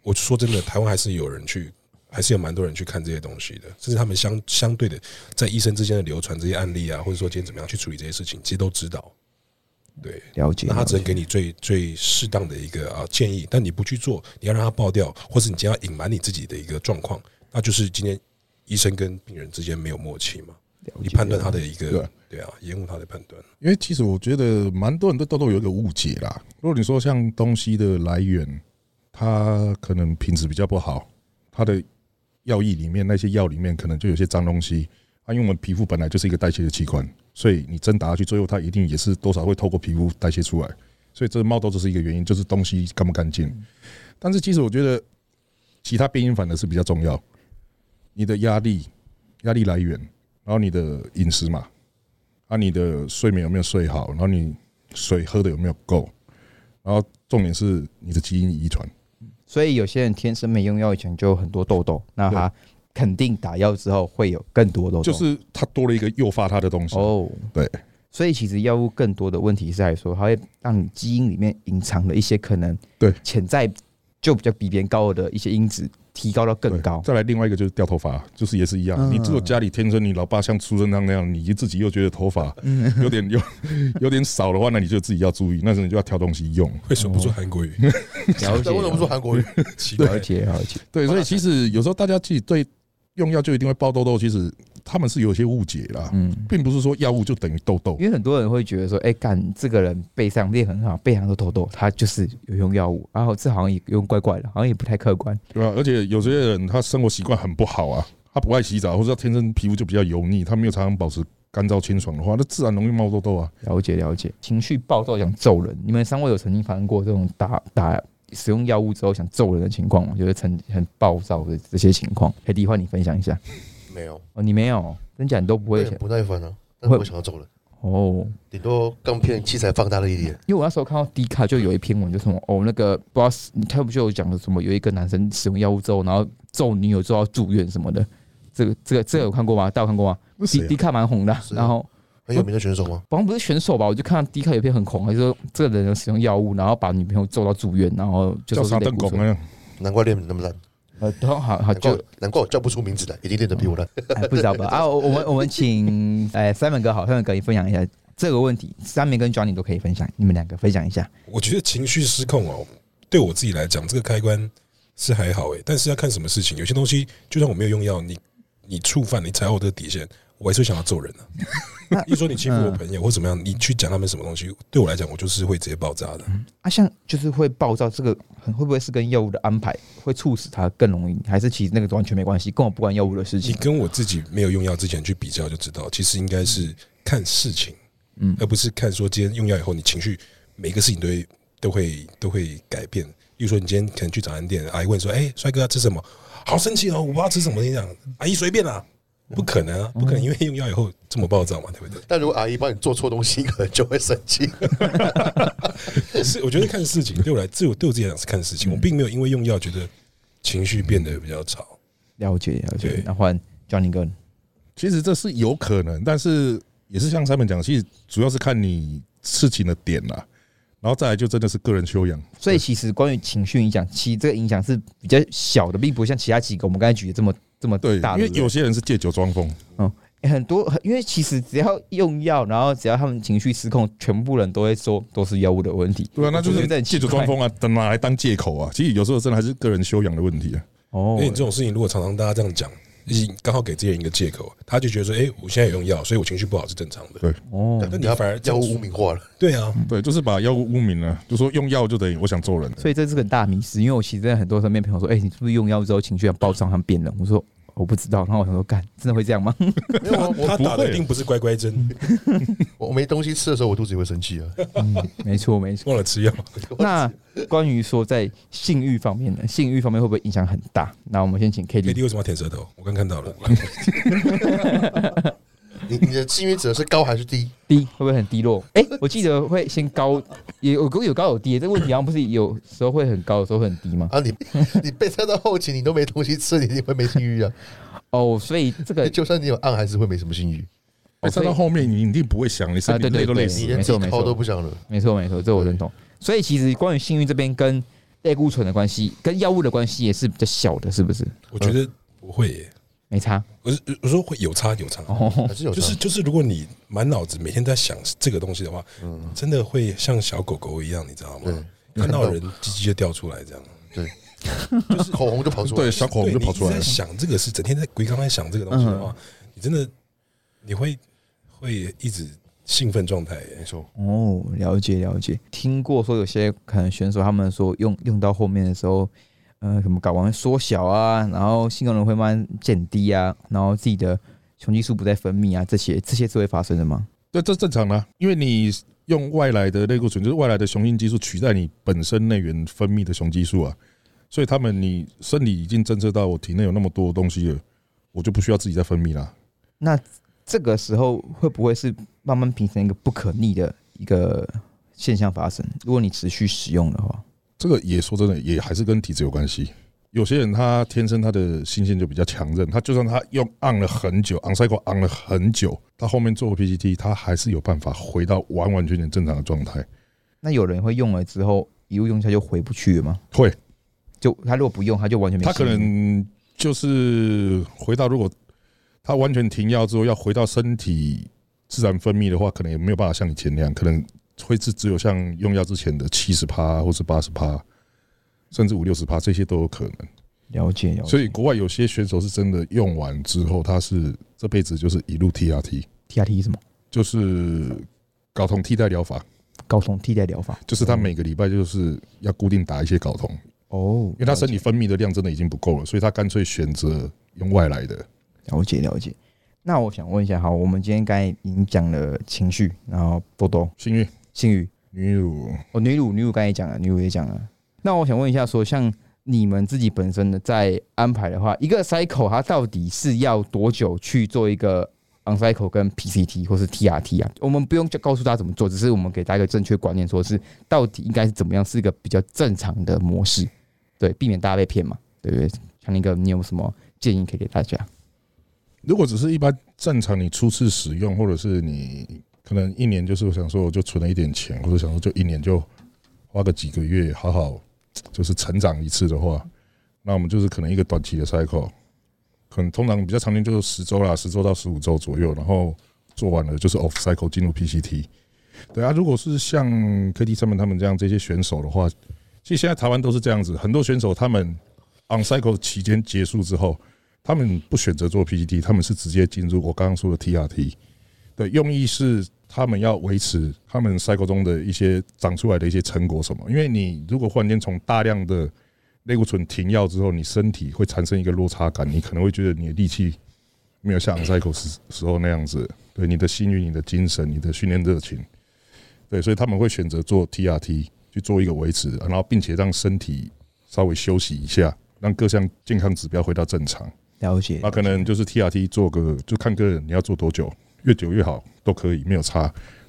Speaker 4: 我说真的，台湾还是有人去，还是有蛮多人去看这些东西的，甚至他们相相对的在医生之间的流传这些案例啊，或者说今天怎么样去处理这些事情，其实都知道。对，
Speaker 1: 嗯了解，
Speaker 4: 那他
Speaker 1: 了
Speaker 4: 只能
Speaker 1: 解
Speaker 4: 给你最最适当的一个啊建议，但你不去做，你要让它爆掉，或是你今天要隐瞒你自己的一个状况，那就是今天医生跟病人之间没有默契嘛，
Speaker 1: 了
Speaker 4: 你
Speaker 1: 解
Speaker 4: 判断他的一
Speaker 3: 对
Speaker 4: 个对啊，延误他的判断。
Speaker 3: 因为其实我觉得蛮多人对痘痘有一个误解啦。如果你说像东西的来源，它可能品质比较不好，它的药液里面那些药里面可能就有些脏东西。啊，因为我们皮肤本来就是一个代谢的器官，所以你针打下去，最后它一定也是多少会透过皮肤代谢出来。所以这冒痘这是一个原因，就是东西干不干净。但是其实我觉得其他变因反而是比较重要。你的压力、压力来源，然后你的饮食嘛，啊，你的睡眠有没有睡好，然后你水喝的有没有够，然后重点是你的基因遗传。
Speaker 1: 所以有些人天生没用药以前就有很多痘痘，那他肯定打药之后会有更多痘痘。
Speaker 3: 就是它多了一个诱发它的东西。
Speaker 1: 哦，
Speaker 3: 对，
Speaker 1: 所以其实药物更多的问题是来说，它会让你基因里面隐藏的一些可能
Speaker 3: 对
Speaker 1: 潜在就比较比别人高的一些因子提高到更
Speaker 3: 对
Speaker 1: 高。
Speaker 3: 再来另外一个就是掉头发，就是也是一样。
Speaker 1: 嗯
Speaker 3: 你如果家里天生你老爸像苏贞昌那样，你自己又觉得头发有点有有点少的话，那你就自己要注意，那时候你就要挑东西用。
Speaker 4: 会说不出韩国语，
Speaker 1: 了解，
Speaker 2: 为什么说韩国语？
Speaker 4: 奇
Speaker 1: 了
Speaker 4: 怪。
Speaker 1: 解了解？
Speaker 3: 对，所啊以其实有时候大家自己对用药就一定会爆痘痘，其实他们是有一些误解啦，
Speaker 1: 嗯，
Speaker 3: 并不是说药物就等于痘痘
Speaker 1: 因。为很多人会觉得说，哎、干这个人背上练很好，背上都痘痘，他就是有用药物，然后这好像也用怪怪的，好像也不太客观。
Speaker 3: 对吧、而且有些人他生活习惯很不好啊，他不爱洗澡，或者他天生皮肤就比较油腻，他没有常常保持干燥清爽的话，那自然容易冒痘痘啊。
Speaker 1: 了解了解，情绪暴躁想揍人，你们三位有曾经发生过这种打打使用药物之后想揍人的情况吗？就是曾很暴躁的这些情况，黑迪换你分享一下。
Speaker 2: 没有，
Speaker 1: 哦，你没有，真假你都不
Speaker 2: 我
Speaker 1: 会
Speaker 2: 也
Speaker 1: 想
Speaker 2: 不耐烦啊，但我想要走人，
Speaker 1: 哦。
Speaker 2: 顶多钢片器材放大了一点，
Speaker 1: 因为我那时候看到 D 卡就有一篇文，就什么哦，那个不知道是他不就有讲的什么，有一个男生使用药物之后，然后揍女友，揍到住院什么的。这个这个这个有看过吗？大家有看过吗
Speaker 3: 那
Speaker 1: ？D
Speaker 3: 谁、啊
Speaker 1: D？卡蛮红的啊，
Speaker 2: 是啊
Speaker 1: 然后
Speaker 2: 很有名的选手吗？
Speaker 1: 好像不是选手吧？我就看到 D 卡有一篇很红，还是说这个人有使用药物，然后把女朋友揍到住院，然后就说
Speaker 3: 叫
Speaker 1: 是
Speaker 3: 啥
Speaker 1: 类
Speaker 3: 邓
Speaker 1: 固
Speaker 3: 拱
Speaker 1: 醇？
Speaker 3: 啊？
Speaker 2: 难怪练得那么烂，
Speaker 1: 呃，然后好好
Speaker 2: 难
Speaker 1: 就
Speaker 2: 怪难怪我叫不出名字来，一定练得比 我烂。
Speaker 1: 哎，不知道吧？啊，我我们我们请 哎三门哥好，三门哥你分享一下这个问题，三门跟 Johnny 都可以分享，你们两个分享一下。
Speaker 4: 我觉得情绪失控哦，对我自己来讲，这个开关是还好诶，但是要看什么事情。有些东西，就算我没有用药，你你触犯你踩到我的底线，我还是会想要揍人的、啊。一说你欺负我朋友或怎么样，你去讲他们什么东西，对我来讲，我就是会直接爆炸的。
Speaker 1: 啊，像就是会暴躁，这个很会不会是跟药物的安排会促使他更容易，还是其实那个完全没关系，跟我不关药物的事
Speaker 4: 你
Speaker 1: 情？
Speaker 4: 跟我自己没有用药之前去比较，就知道其实应该是看事情，
Speaker 1: 嗯
Speaker 4: 而不是看说今天用药以后你情绪每个事情都会都会都会改变。比如说你今天可能去早餐店，阿姨问说：“哎、帅哥要吃什么？”好生气哦，我不知道吃什么。你讲，阿姨随便啦、不可能啊，不可能，因为用药以后这么暴躁嘛，对不对？
Speaker 2: 但如果阿姨帮你做错东西，可能就会生 气。
Speaker 4: 是，我觉得看事情，对我来，自我对我自己来讲是看事情，我并没有因为用药觉得情绪变得比较吵。
Speaker 1: 了解了解
Speaker 4: 对。
Speaker 1: 那换 Johnny 哥，
Speaker 3: 其实这是有可能，但是也是像三本讲，其实主要是看你事情的点啦，然后再来就真的是个人修养。
Speaker 1: 所以其实关于情绪影响，其实这个影响是比较小的，并不像其他几个我们刚才举的这么这么
Speaker 3: 对，
Speaker 1: 大
Speaker 3: 因
Speaker 1: 的。
Speaker 3: 为有些人是借酒装疯，
Speaker 1: 欸很多，因为其实只要用药，然后只要他们情绪失控，全部人都会说都是药物的问题。
Speaker 3: 对啊，那就
Speaker 1: 我
Speaker 3: 是
Speaker 1: 觉得很奇
Speaker 3: 借酒
Speaker 1: 怪
Speaker 3: 装疯啊，等拿来当借口啊。其实有时候真的还是个人修养的问题啊。
Speaker 1: 哦
Speaker 4: 因为你这种事情，如果常常大家这样讲，你刚好给这些人一个借口，他就觉得说：“哎、我现在有用药，所以我情绪不好是正常的。
Speaker 3: 对
Speaker 1: 哦，
Speaker 4: 那你
Speaker 2: 要
Speaker 4: 反而这
Speaker 2: 要
Speaker 4: 样
Speaker 2: 污名化了，”
Speaker 4: 对啊，
Speaker 3: 对，就是把药物污名了，就说用药就等于我想揍人。
Speaker 1: 所以这是个很大迷失。因为我其实真的很多身边朋友说，哎、你是不是用药之后情绪很暴躁，很变冷？我说我不知道。然后我想说，干，真的会这 样吗？
Speaker 2: 没有啊
Speaker 4: 他打
Speaker 3: 不
Speaker 4: 的
Speaker 3: 会
Speaker 4: 一定不嗯是乖乖针，
Speaker 2: 我我没东西吃的时候，我肚子也会生气啊。
Speaker 1: 没错，没错。
Speaker 4: 忘了吃药。
Speaker 1: 那关于说在性欲方面呢，性欲方面会不会影响很大？那我们先请 K
Speaker 4: K
Speaker 1: D
Speaker 4: D 为什么要舔舌头？ 我刚看到了，
Speaker 2: 你你的幸运指的是高还是低？
Speaker 1: 低会不会很低落？哎、我记得会先高，也有有高有低。这个问题好像不是有时候会很高，有时候会很低吗？
Speaker 2: 啊，你 你被塞到后期，你都没东西吃，你一定会没性欲啊。
Speaker 1: 哦，所以这个
Speaker 2: 就算你有暗，还是会没什么性欲，
Speaker 1: 哦
Speaker 3: 被
Speaker 1: 所
Speaker 3: 站
Speaker 1: 以
Speaker 3: 哎到后面，你一定不会想，你身体
Speaker 1: 啊对对
Speaker 3: 累都累
Speaker 2: 你
Speaker 3: 死。
Speaker 2: 连
Speaker 1: 没
Speaker 2: 自
Speaker 1: 错
Speaker 2: 己
Speaker 1: 没错
Speaker 2: 掏都不想了。
Speaker 1: 没错，没错，这我认同。所以其实关于性欲这边跟类固醇的关系，跟药物的关系也是比较小的，是不是？
Speaker 4: 我觉得不会耶。
Speaker 1: 没差
Speaker 4: 我是我说会有差有差，
Speaker 1: 哦
Speaker 2: 还是有
Speaker 4: 就
Speaker 2: 差
Speaker 4: 是就是，如果你满脑子每天在想这个东西的话，真的会像小狗狗一样，你知道吗？
Speaker 2: 对
Speaker 4: 嗯看到人鸡鸡就掉出来这样。
Speaker 2: 对，就是口红就跑出来
Speaker 3: 对，，小口红
Speaker 4: 对，
Speaker 3: 就
Speaker 4: 你
Speaker 3: 跑
Speaker 4: 一
Speaker 3: 出
Speaker 4: 直
Speaker 3: 来
Speaker 4: 在
Speaker 3: 了。嗯
Speaker 4: 想这个事，整天在鬼刚在想这个东西的话，你真的你会会一直兴奋状态耶。
Speaker 2: 没错，
Speaker 1: 哦，了解了解。听过说有些可能选手他们说用用到后面的时候，呃，什么睾丸会缩小啊，然后性功能会慢慢减低啊，然后自己的雄激素不再分泌啊，这些这些是会发生的吗？
Speaker 3: 对，这正常的啊、因为你用外来的类固醇，就是外来的雄性激素取代你本身内源分泌的雄激素啊，所以他们你身体已经侦测到我体内有那么多东西了，我就不需要自己再分泌啊啦。
Speaker 1: 这个时候会不会是慢慢形成一个不可逆的一个现象发生？如果你持续使用的话，
Speaker 3: 这个也说真的，也还是跟体质有关系。有些人他天生他的性腺就比较强韧，他就算他用按了很久，昂塞过昂了很久，他后面做 PPT，他还是有办法回到完完全全正常的状态。
Speaker 1: 那有人会用了之后一路用下就回不去了吗？
Speaker 3: 会，
Speaker 1: 就他如果不用，他就完全没
Speaker 3: 他
Speaker 1: 吸
Speaker 3: 可
Speaker 1: 引力。
Speaker 3: 能就是回到，如果他完全停药之后，要回到身体自然分泌的话，可能也没有办法像以前那样，可能会是只有像用药之前的七十趴或是八十趴，甚至五六十趴，这些都有可能。
Speaker 1: 了解了解。
Speaker 3: 所以国外有些选手是真的用完之后，他是这辈子就是一路 TRT，
Speaker 1: TRT 是什么？
Speaker 3: 就是睾酮替代疗法，
Speaker 1: 睾酮替代疗法。
Speaker 3: 就是他每个礼拜就是要固定打一些睾酮，
Speaker 1: 哦，
Speaker 3: 因为他身体分泌的量真的已经不够了，所以他干脆选择用外来的。
Speaker 1: 了解了解。那我想问一下，好，我们今天刚才已经讲了情绪，然后多多、
Speaker 3: 幸运
Speaker 1: 性欲，
Speaker 3: 女乳
Speaker 1: 哦，女乳女乳刚才也讲了，女乳也讲了。那我想问一下说像你们自己本身的在安排的话，一个 cycle 它到底是要多久去做一个 on cycle 跟 PCT 或是 TRT 啊？我们不用就告诉大家怎么做，只是我们给大家一个正确观念，说是到底应该是怎么样，是一个比较正常的模式，对，避免大家被骗嘛，对不对？强林哥，你有什么建议可以给大家？
Speaker 3: 如果只是一般正常你初次使用，或者是你可能一年就是想说我就存了一点钱，或者想说就一年就花个几个月好好就是成长一次的话，那我们就是可能一个短期的 cycle，可能通常比较常见就是十周啦，十周到十五周左右，然后做完了就是 off cycle 进入 PCT。对啊，如果是像 KT 上面他们这样这些选手的话，其实现在台湾都是这样子，很多选手他们 on cycle 期间结束之后，他们不选择做 PPT，他们是直接进入我刚刚说的 TRT 的用意是他们要维持他们 cycle 中的一些长出来的一些成果什么。因为你如果忽然间从大量的类固醇停药之后，你身体会产生一个落差感，你可能会觉得你的力气没有像 cycle 时时候那样子，对你的心率、你的精神、你的训练热情，对，所以他们会选择做 TRT 去做一个维持，然后并且让身体稍微休息一下，让各项健康指标回到正常。
Speaker 1: 了解
Speaker 3: 啊那可能就是 TRT 做个，就看个人你要做多久，越久越好都可以，没有差。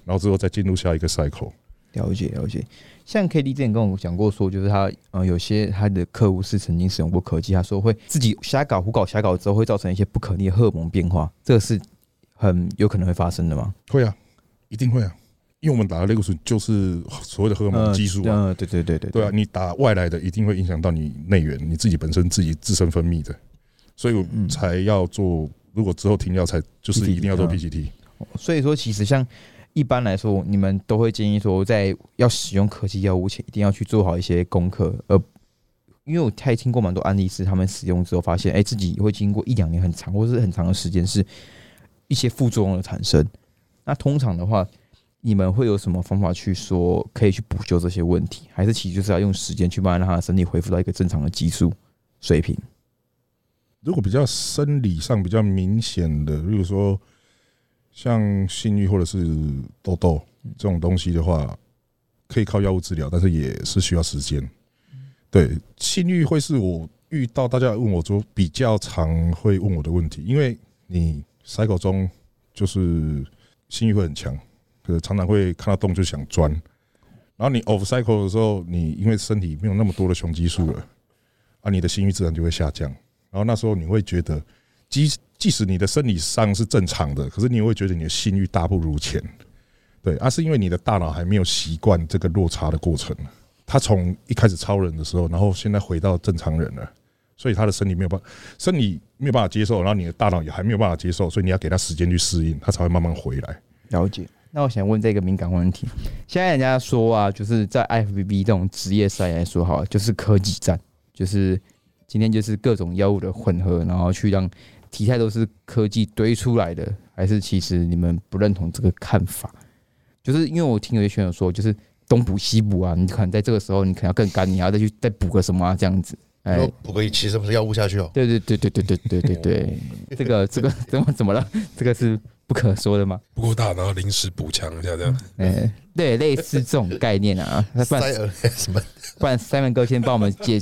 Speaker 3: 然后之后再进入下一个 cycle。
Speaker 1: 了解了解，像 K D 之前跟我讲过说，就是他呃有些他的客户是曾经使用过科技，他说会自己瞎搞胡搞瞎搞之后会造成一些不可逆的荷尔蒙变化，这个是很有可能会发生的吗？
Speaker 3: 会啊，一定会啊，因为我们打的类固醇就是所谓的荷尔蒙激素啊。
Speaker 1: 嗯、呃对对对对
Speaker 3: 对啊，，你打外来的一定会影响到你内源，你自己本身自己自身分泌的，所以我
Speaker 1: 嗯
Speaker 3: 才要做。如果之后停药，才就是一定要做
Speaker 1: PCT
Speaker 3: PCT。
Speaker 1: 哦所以说其实像一般来说，你们都会建议说，在要使用科技药物前，一定要去做好一些功课，而因为我太听过蛮多案例是他们使用之后发现，哎、自己会经过一两年很长或是很长的时间是一些副作用的产生。那通常的话，你们会有什么方法去说可以去补救这些问题？还是其实就是要用时间去慢慢让他的身体恢复到一个正常的激素水平？
Speaker 3: 如果比较生理上比较明显的，例如说像性欲或者是痘痘这种东西的话，可以靠药物治疗，但是也是需要时间。对，性欲会是我遇到大家问我说比较常会问我的问题，因为你 cycle 中就是性欲会很强，可是常常会看到洞就想钻。然后你 off cycle 的时候，你因为身体没有那么多的雄激素了，啊，你的性欲自然就会下降。然后那时候你会觉得，即即使你的生理上是正常的，可是你也会觉得你的性欲大不如前。对，啊，是因为你的大脑还没有习惯这个落差的过程。他从一开始超人的时候，然后现在回到正常人了，所以他的身体没有办法，身体没有办法接受，然后你的大脑也还没有办法接受，所以你要给他时间去适应，他才会慢慢回来。
Speaker 1: 了解。那我想问这个敏感问题，现在人家说啊，就是在 FBB 这种职业赛来说，好了，就是科技战，就是今天就是各种药物的混合，然后去让体态都是科技堆出来的，还是其实你们不认同这个看法？就是因为我听有些选手说，就是东补西补啊，你可能在这个时候你可能要更干，你还要再去再补个什么啊，这样子。哎、
Speaker 2: 然后补个其实不是药物下去哦，
Speaker 1: 对对对对对对对对对，这个这个怎么怎么了？这个是不可说的吗？
Speaker 4: 不够大，然后临时补强一下这样。
Speaker 3: 嗯
Speaker 1: 哎，对，类似这种概念啊。那不
Speaker 2: 塞
Speaker 1: 然
Speaker 2: 尔 什么？
Speaker 1: 不然，Simon 哥先帮我们解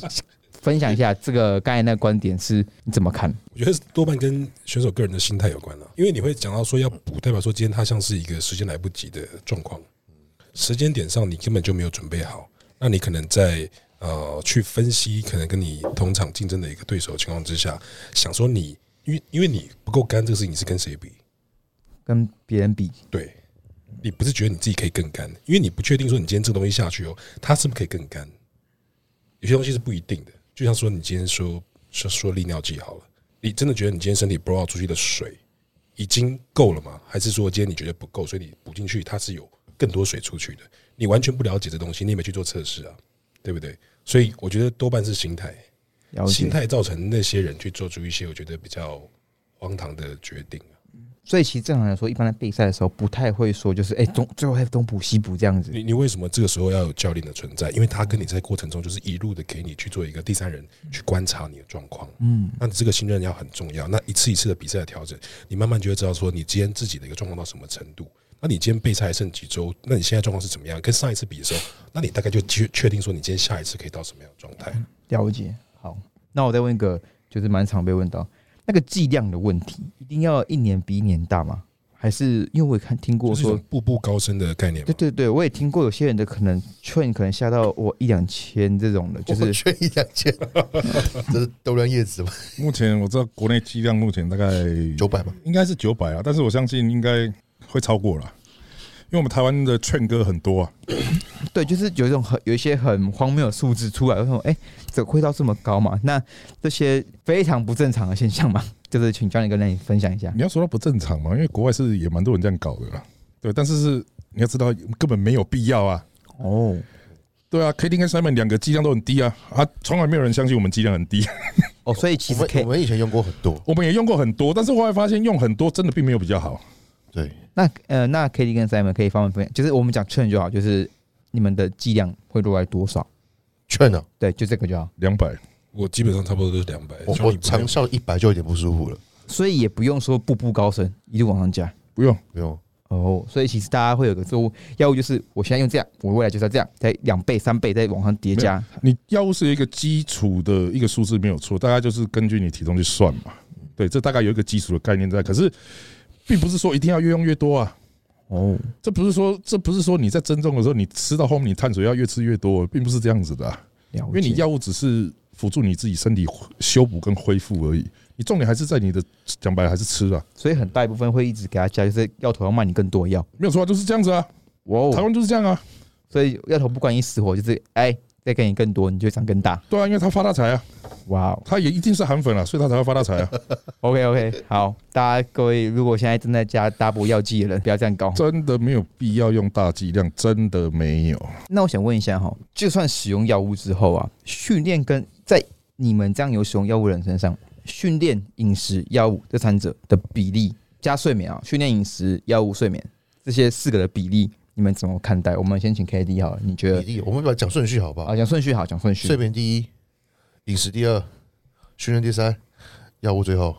Speaker 1: 分享一下这个刚才那个观点是你怎么看？
Speaker 4: 我觉得多半跟选手个人的心态有关了、因为你会讲到说要补，代表说今天他像是一个时间来不及的状况，时间点上你根本就没有准备好，那你可能在呃去分析可能跟你同场竞争的一个对手情况之下，想说你因为因为你不够干这个事情，你是跟谁比？
Speaker 1: 跟别人比，
Speaker 4: 对，你不是觉得你自己可以更干，因为你不确定说你今天这个东西下去哦，它是不是可以更干？有些东西是不一定的。就像说你今天说说说利尿剂好了，你真的觉得你今天身体 blow out 出去的水已经够了吗？还是说今天你觉得不够，所以你补进去它是有更多水出去的？你完全不了解这东西，你也没去做测试啊，对不对？所以我觉得多半是心态，
Speaker 1: 了
Speaker 4: 心
Speaker 1: 解。
Speaker 4: 态造成那些人去做出一些我觉得比较荒唐的决定啊。
Speaker 1: 所以其实正常来说，一般在备赛的时候不太会说，就是哎、东最后还东补西补这样子。
Speaker 4: 你你为什么这个时候要有教练的存在？因为他跟你在过程中就是一路的给你去做一个第三人去观察你的状况，嗯，那这个信任要很重要。那一次一次的比赛的调整，你慢慢就会知道说你今天自己的一个状况到什么程度。那你今天备赛还剩几周？那你现在状况是怎么样？跟上一次比的时候，那你大概就确确定说你今天下一次可以到什么样的状态？
Speaker 1: 了解。好，那我再问一个，就是蛮常被问到那个剂量的问题，一定要一年比一年大吗？还是因为我也看听过
Speaker 4: 就是一
Speaker 1: 说
Speaker 4: 种步步高升的概念嘛
Speaker 1: 对。对对，我也听过有些人的可能券可能下到我一两千这种的，就是
Speaker 2: 我缺一两 千，这是豆量叶子哦吧？
Speaker 3: 目前我知道国内剂量目前大概
Speaker 2: 九百吧，
Speaker 3: 应该是九百啊，但是我相信应该会超过了，因为我们台湾的劝歌很多啊，
Speaker 1: 对，就是有一种很有一些很荒谬的数字出来，我说哎，怎么会到这么高嘛？那这些非常不正常的现象嘛， 就是请教练跟你分享一下。
Speaker 3: 你要说它不正常嘛，因为国外是也蛮多人这样搞的啦，对，但是是你要知道根本没有必要啊，
Speaker 1: 哦，
Speaker 3: 对啊，K D 跟 Simon 两个剂量都很低啊，啊，从来没有人相信我们剂量很低，
Speaker 1: 哦，所以
Speaker 2: 我
Speaker 1: 其实
Speaker 2: 们
Speaker 1: 可以
Speaker 2: 我，们以前用过很多，
Speaker 3: 我们也用过很多，但是后来发现用很多真的并没有比较好，
Speaker 2: 对，
Speaker 1: 那呃，那 K D 跟 Simon 可以方便分享，就是我们讲券就好，就是你们的剂量会落在多少？
Speaker 2: 劝啊，
Speaker 1: 对，就这个就好，
Speaker 3: 两百，
Speaker 4: 我基本上差不多都是两百。
Speaker 2: 我
Speaker 4: 像
Speaker 2: 我
Speaker 4: 你不太
Speaker 2: 长效一百就有点不舒服了，
Speaker 1: 所以也不用说步步高升，一路往上加。
Speaker 3: 不用，
Speaker 2: 不用，
Speaker 1: 哦，所以其实大家会有个错误，要不就是我现在用这样，我未来就是要这样，再两倍、三倍再往上叠加。
Speaker 3: 你药物是一个基础的一个数字没有错，大概就是根据你体重去算嘛，对，这大概有一个基础的概念在，可是并不是说一定要越用越多啊。
Speaker 1: 哦，
Speaker 3: 这不是说，这不是说你在增重的时候，你吃到后面你碳水要越吃越多，并不是这样子的啊、
Speaker 1: 了解。
Speaker 3: 因为你药物只是辅助你自己身体修补跟恢复而已，你重点还是在你的讲白了还是吃啊，
Speaker 1: 所以很大一部分会一直给他加，就是药头要卖你更多药。
Speaker 3: 没有错、啊，就是这样子啊，台
Speaker 1: 哦，
Speaker 3: 湾就是这样啊，
Speaker 1: 所以药头不管你死活，就是哎，再给你更多，你就长更大。
Speaker 3: 对啊，因为他发大财啊，
Speaker 1: 哇哦
Speaker 3: 他也一定是韩粉啊，所以他才会发 大财啊，
Speaker 1: ，OK OK，好，大家各位，如果现在正在加 double 药剂的人，不要这样搞。
Speaker 3: 真的没有必要用大剂量，真的没有。
Speaker 1: 那我想问一下哈，就算使用药物之后啊，训练跟在你们这样有使用药物的人身上，训练、饮食、药物这三者的比例加睡眠啊，训练、饮食、药物、睡眠这些四个的比例，你们怎么看待？我们先请 K D 好了，你觉得？
Speaker 2: 比例，我们把它讲顺序好不好
Speaker 1: 啊，？讲顺序好，讲顺序
Speaker 2: 睡。眠第一，饮食第二，训练第三，药物最后，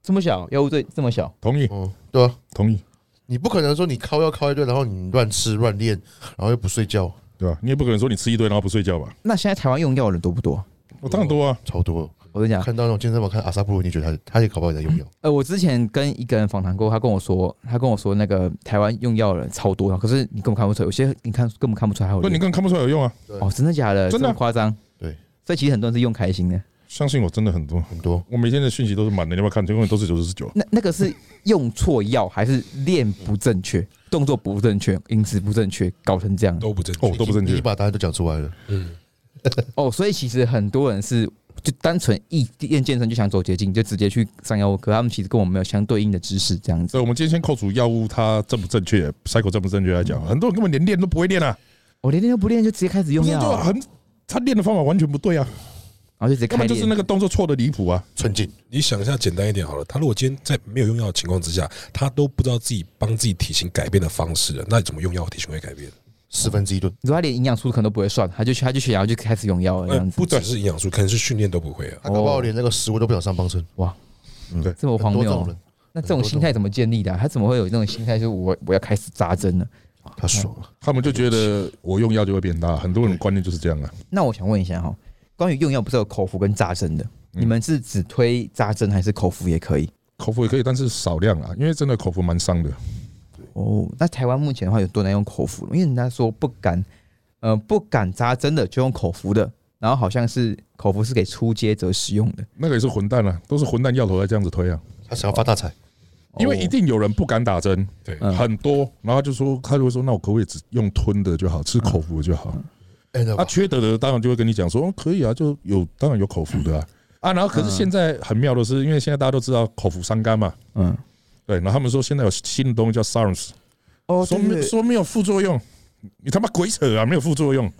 Speaker 1: 这么小，药物最这么小，
Speaker 3: 同意，
Speaker 2: 嗯，对吧？
Speaker 3: 同意，
Speaker 2: 你不可能说你靠药靠一堆，然后你乱吃乱练，然后又不睡觉，
Speaker 3: 对吧、你也不可能说你吃一堆然后不睡觉吧？
Speaker 1: 那现在台湾用药的人多不多？
Speaker 3: 我当然多啊，
Speaker 2: 超多。
Speaker 1: 我跟你讲，
Speaker 2: 看到那种健身房看阿萨布鲁，你觉得他他也搞不好也在用药，
Speaker 1: 呃，我之前跟一个人访谈过，他跟我说，他跟我说那个台湾用药的人超多，可是你根本看不出来，有些你看根本看不出来还有
Speaker 3: 那你
Speaker 1: 人。
Speaker 3: 根本看不出来有用啊，
Speaker 1: 哦，真的假的？
Speaker 3: 真的
Speaker 1: 这么夸张？
Speaker 2: 对，
Speaker 1: 所以其实很多人是用开心的。
Speaker 3: 相信我，真的很多。
Speaker 2: 很多。
Speaker 3: 我每天的讯息都是满的，你要不要看？永远都是九十九。
Speaker 1: 那那个是用错药，还是练不正确，动作不正确，饮食不正确，搞成这样？
Speaker 4: 都不正确
Speaker 3: 哦，都不正
Speaker 2: 你已
Speaker 3: 确
Speaker 2: 经。把答案都讲出来了，
Speaker 4: 嗯，
Speaker 1: 哦，所以其实很多人是就单纯一练健身就想走捷径，就直接去上药物，可他们其实跟我们没有相对应的知识，这样子。
Speaker 3: 所以，我们今天先扣除药物它正不正确，cycle 正不正确来
Speaker 1: 嗯
Speaker 3: 讲，很多人根本连练都不会练啊，
Speaker 1: 我哦连练都不练就直接开始
Speaker 3: 不
Speaker 1: 用
Speaker 3: 是
Speaker 1: 药，啊
Speaker 3: 就
Speaker 1: 然
Speaker 3: 很他练的方法完全不对啊，
Speaker 1: 后就直接
Speaker 3: 根
Speaker 1: 开
Speaker 3: 本就是那
Speaker 1: 练。
Speaker 3: 个动作错的离谱啊。
Speaker 2: 寸进
Speaker 4: 你想一下，简单一点好了。他如果今天在没有用药的情况之下，他都不知道自己帮自己体型改变的方式了，那你怎么用药体型会改变？
Speaker 2: 四分之一吨，
Speaker 1: 你说他连营养素可能都不会算，他就去他就学，然后就开始用药了这
Speaker 4: 呃
Speaker 1: 样子。
Speaker 4: 不只是营养素，可能是训练都不会啊。
Speaker 2: 他搞不好连那个食物都不想上磅秤，
Speaker 1: 哇，
Speaker 3: 嗯
Speaker 1: 这么
Speaker 2: 很
Speaker 1: 荒
Speaker 2: 多这种
Speaker 1: 谬哦
Speaker 2: 人，，
Speaker 1: 那这种心态怎么建立的啊、他怎么会有那种心态？就是我我要开始扎针了？
Speaker 2: 他爽了。
Speaker 3: 他们就觉得我用药就会变大，很多人观念就是这样啊。
Speaker 1: 那我想问一下哈，关于用药不是有口服跟扎针的？
Speaker 2: 嗯
Speaker 1: 你们是只推扎针还是口服也可以？
Speaker 3: 口服也可以，但是少量啊，因为真的口服蛮伤的。
Speaker 1: 哦，那台湾目前的话有多难用口服了？因为人家说不敢，呃，不敢扎针的就用口服的，然后好像是口服是给初阶者使用的，
Speaker 3: 那个也是混蛋啊，都是混蛋药头在这样子推啊，
Speaker 2: 他想要发大财，
Speaker 3: 因为一定有人不敢打针，
Speaker 4: 对，
Speaker 1: 哦嗯哦
Speaker 3: 很多，然后他就说他就会说，那我可不可以只用吞的就好，吃口服的就好？
Speaker 2: 哎，那
Speaker 3: 啊，
Speaker 2: 吧
Speaker 3: 缺德的当然就会跟你讲说，哦可以啊，就有当然有口服的啊啊。然后可是现在很妙的是，因为现在大家都知道口服伤肝嘛，
Speaker 1: 嗯，
Speaker 3: 对，然后他们说现在有新的东西叫 SARS，
Speaker 1: 哦
Speaker 3: 说没说没有副作用，你他妈鬼扯啊，没有副作用。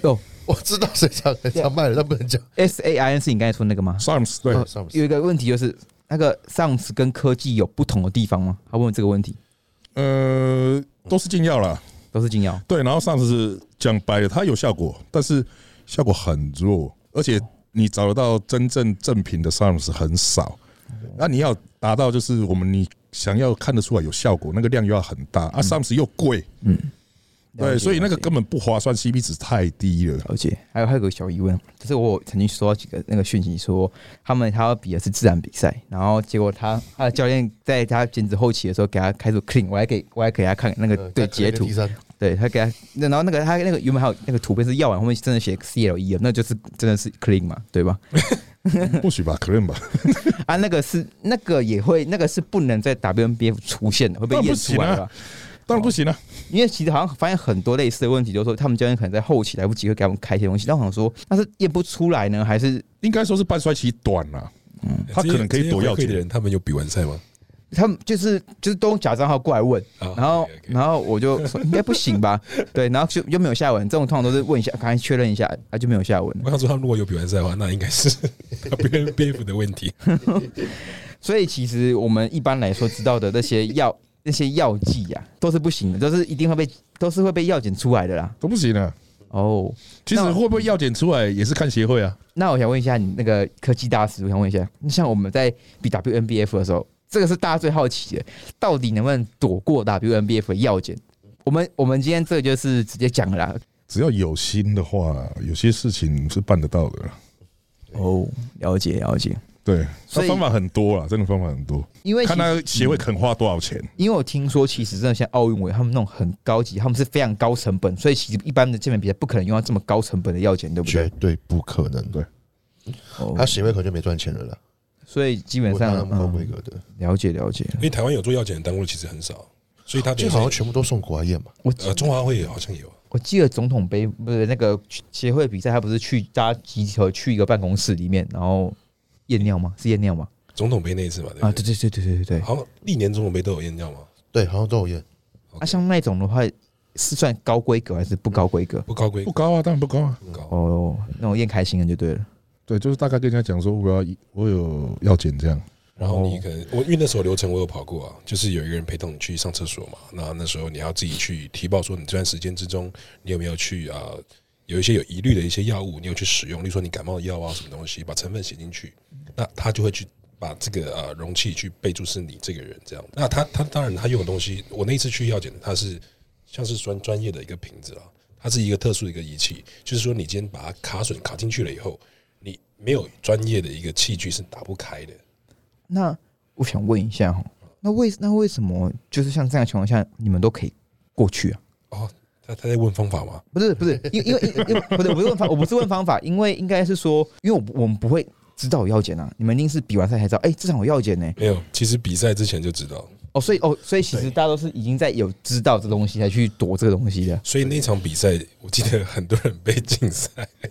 Speaker 2: 我知道谁讲谁讲卖了，但不能讲。哦
Speaker 1: S A I N 是你刚才说那个吗？
Speaker 3: SARS 对，
Speaker 1: 呃
Speaker 2: 上不
Speaker 1: 有一个问题就是，那个 science 跟科技有不同的地方吗？他问这个问题，
Speaker 3: 呃，都是禁药啦。
Speaker 1: 都是禁药。
Speaker 3: 对，然后 SARS 是讲白了，它有效果，但是效果很弱，而且你找得到真正正品的 SARS 很
Speaker 1: 哦
Speaker 3: 少。那你要达到就是我们你想要看得出来有效果，那个量又要很大啊，SARS 又贵，
Speaker 1: 嗯，
Speaker 3: 对，所以那
Speaker 1: 了
Speaker 3: 个
Speaker 1: 解
Speaker 3: 根本不划算，CP 值太低 了。
Speaker 1: 而且还有还有个小疑问，就是我有曾经收到几个那个讯息说，他们他要比的是自然比赛，然后结果他他的教练在他减脂后期的时候给他开始 clean，我还给我还给他看那个
Speaker 2: 呃
Speaker 1: 对
Speaker 2: 再可
Speaker 1: 截
Speaker 2: 能
Speaker 1: 图
Speaker 2: 第，三，
Speaker 1: 对他给他，那然后那个他那个原本还有那个图片是药丸后面真的写 C L E 的，那就是真的是 clean 嘛，对 吧？
Speaker 3: 不许吧，可能吧，
Speaker 1: 啊，那个是那个也会那个是不能在 W N B F 出现的，会被
Speaker 3: 那不
Speaker 1: 验出
Speaker 3: 行
Speaker 1: 来
Speaker 3: 啊
Speaker 1: 的吧。
Speaker 3: 当然不行啊。
Speaker 1: 因为其实好像发现很多类似的问题，就是说他们教练可能在后期来不及会给他们开一些东西，但我想说，那是验不出来呢，还是
Speaker 3: 应该说是半衰期短啦、
Speaker 1: 嗯
Speaker 3: 他可能可以躲药
Speaker 4: 这
Speaker 3: 检
Speaker 4: 些会的人，他们有比完赛吗？
Speaker 1: 他们就是就是都用假账号过来问，
Speaker 4: 啊
Speaker 1: 然后
Speaker 4: OK，OK
Speaker 1: 然后我就说应该不行吧，对，然后就又没有下文，这种通常都是问一下，赶快确认一下，啊就没有下文了。
Speaker 4: 我想说，他如果有比完赛的话，那应该是 他别人蝙蝠的问题。
Speaker 1: 所以其实我们一般来说知道的那些药 那些药剂呀、都是不行的，都是一定会被都是会被药检出来的啦。
Speaker 3: 都不行啊。
Speaker 1: 哦，
Speaker 3: 其实会不会药检出来也是看协会啊？
Speaker 1: 那我想问一下你那个科技大师，我想问一下，像我们在比 WNBF 的时候，这个是大家最好奇的，到底能不能躲过 WNBF 的药检？我们我们今天这个就是直接讲了啦。
Speaker 3: 只要有心的话，有些事情是办得到的。
Speaker 1: 哦，了解了解，
Speaker 3: 对，
Speaker 1: 所
Speaker 3: 那
Speaker 1: 以
Speaker 3: 方法很多啊啦，真的方法很多，
Speaker 1: 因为其
Speaker 3: 看
Speaker 1: 实
Speaker 3: 他协会肯花多少钱。
Speaker 1: 因为我听说，其实真的像奥运委他们那种很高级，他们是非常高成本，所以其实一般的健美比赛不可能用到这么高成本的药检，对不
Speaker 2: 绝
Speaker 1: 对？
Speaker 2: 对不可能。
Speaker 3: 对
Speaker 2: 他
Speaker 1: 哦，
Speaker 2: 协会可能就没赚钱了啦，
Speaker 1: 所以基本
Speaker 2: 我看
Speaker 1: 上
Speaker 2: 他们高规
Speaker 1: 嗯
Speaker 2: 格的，
Speaker 1: 了解了解。
Speaker 4: 因为台湾有做药检的单位其实很少，所以他
Speaker 2: 就好像全部都送国外验嘛。
Speaker 1: 我
Speaker 4: 呃中华会好像有，
Speaker 1: 我记得总统杯不是那个协会比赛，他不是去大家集合去一个办公室里面，然后验尿吗？是验尿吗？
Speaker 4: 总统杯那一次嘛，对
Speaker 1: 啊，
Speaker 4: 不
Speaker 1: 对对对
Speaker 4: 对？
Speaker 1: 对对对对。
Speaker 4: 好像历年总统杯都有验尿嘛，
Speaker 2: 对，好像都有验。
Speaker 1: 啊，像那种的话，是算高规格还是不高规格？
Speaker 4: 不高规
Speaker 3: 不高啊，当然不高啊。
Speaker 4: 不高。
Speaker 1: 哦，那种验开心的就对了。
Speaker 3: 对，就是大概跟人家讲说，我要我有药检这样。
Speaker 4: 然后你可能我因为那时候流程我有跑过啊，就是有一个人陪同你去上厕所嘛，那那时候你要自己去提报说你这段时间之中你有没有去啊、呃有一些有疑虑的一些药物你有去使用，例如说你感冒药啊什么东西，把成分写进去，那他就会去把这个呃容器去备注是你这个人这样。那他他当然他用的东西，我那一次去药检他是像是专专业的一个瓶子啊，它是一个特殊的一个仪器，就是说你今天把它卡榫卡进去了以后，你没有专业的一个器具是打不开的。
Speaker 1: 那我想问一下哈，那为那为什么就是像这样的情况下，你们都可以过去啊？
Speaker 4: 哦，他他在问方法吗？
Speaker 1: 不是不 是，因因为因为不是我不是问方，我不是问方法，因为应该是说，因为我不我们不会知道有药检啊，你们一定是比完赛才知道，哎、这场有药检呢、
Speaker 4: 没有，其实比赛之前就知道，
Speaker 1: 哦，所以哦，所以其实大家都是已经在有知道这东西才去躲这个东西的。
Speaker 4: 所以那场比赛我记得很多人被禁赛，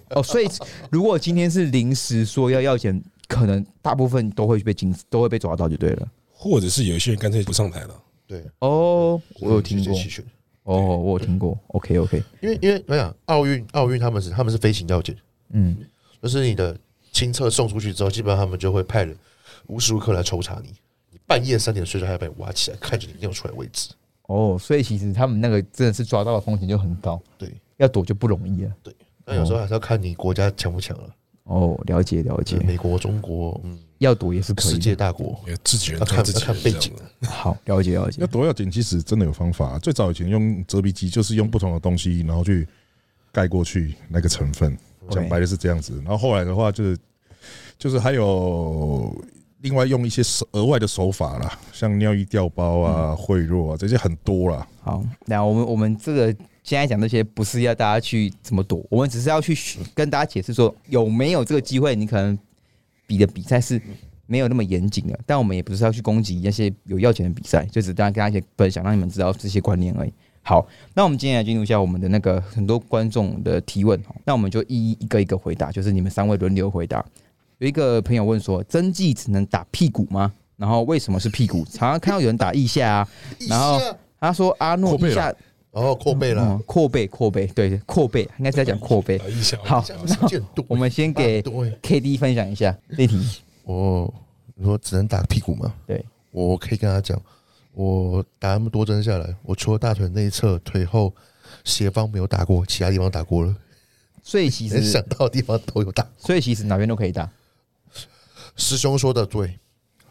Speaker 1: 哦，所以如果今天是临时说要要钱，可能大部分都会被禁，都会被抓到就对了。
Speaker 4: 或者是有一些人干脆不上台了。
Speaker 2: 对，
Speaker 1: 哦，我有听
Speaker 2: 直
Speaker 1: 过
Speaker 2: 接，弃权
Speaker 1: 哦，我有听过。OK OK，
Speaker 2: 因为因为我想奥运奥运他们是他们是飞行药检，
Speaker 1: 嗯，
Speaker 2: 就是你的清册送出去之后，基本上他们就会派人无时无刻来抽查你。你半夜三点睡觉，还要把你挖起来，看着你尿出来为止。
Speaker 1: 哦，所以其实他们那个真的是抓到的风险就很高，
Speaker 2: 对，
Speaker 1: 要躲就不容易了。
Speaker 2: 但有时候还是要看你国家强不强了。
Speaker 1: 哦，了解了解
Speaker 2: 就，美国、中国，嗯，
Speaker 1: 要躲也是可
Speaker 2: 世
Speaker 1: 以
Speaker 2: 界大国，
Speaker 4: 因为自己人
Speaker 2: 要看
Speaker 4: 抓自
Speaker 2: 要
Speaker 4: 己人
Speaker 2: 看背景
Speaker 4: 这样
Speaker 2: 的
Speaker 4: 的。
Speaker 1: 的。好，了解了解
Speaker 3: 要。躲药检其实真的有方法。啊最早以前用遮蔽机，就是用不同的东西，然后去盖过去那个成分。
Speaker 1: OK
Speaker 3: 讲白了是这样子。然后后来的话，就是就是还有另外用一些手额外的手法啦，像尿液调包啊、贿赂啊这些很多啦。
Speaker 1: 好，那我们我们这个现在讲这些，不是要大家去怎么躲，我们只是要去学跟大家解释说，有没有这个机会，你可能比的比赛是没有那么严谨的，但我们也不是要去攻击那些有要钱的比赛，就只是大家跟大家一起分享，让你们知道这些观念而已。好，那我们今天来进入一下我们的那个很多观众的提问，哦那我们就一一一个一个回答，就是你们三位轮流回答。有一个朋友问说，针剂只能打屁股吗？然后为什么是屁股？常常看到有人打腋下啊，然后他说阿诺
Speaker 3: 阔背
Speaker 1: 腋下
Speaker 2: 然哦后扩背了，
Speaker 1: 嗯阔背阔背，对阔背，应该是在讲阔背
Speaker 4: 打。啊一下，
Speaker 1: 好，
Speaker 2: 见多
Speaker 1: 嗯我们先给
Speaker 2: 啊对
Speaker 1: K D 分享一下这题，
Speaker 2: 我你说只能打屁股吗？
Speaker 1: 对，
Speaker 2: 我可以跟他讲，我打那么多针下来，我除了大腿内侧、腿后斜方没有打过，其他地方打过
Speaker 1: 呃
Speaker 2: 了，
Speaker 1: 所以其
Speaker 2: 能
Speaker 1: 实
Speaker 2: 想到的地方都有打。
Speaker 1: 所以其实哪边都可以打。
Speaker 2: 师兄说的对，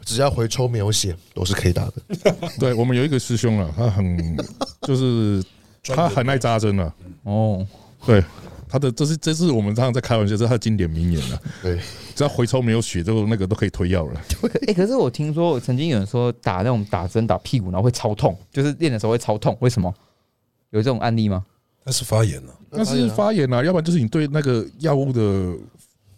Speaker 2: 只要回抽没有血都是可以打的。
Speaker 3: 对我们有一个师兄啊，他 很就是他很爱扎针啊，
Speaker 1: 哦，
Speaker 3: 对他的这是这是我们常常在开玩笑，这是他的经典名言啊。
Speaker 2: 对，
Speaker 3: 只要回抽没有血，就那个都可以推药了。
Speaker 1: 可哎、可是我听说曾经有人说打那种打针打屁股，然后会超痛，就是练的时候会超痛，为什么？有这种案例吗？
Speaker 4: 那是发炎了，
Speaker 3: 那是发炎啊，要不然就是你对那个药物的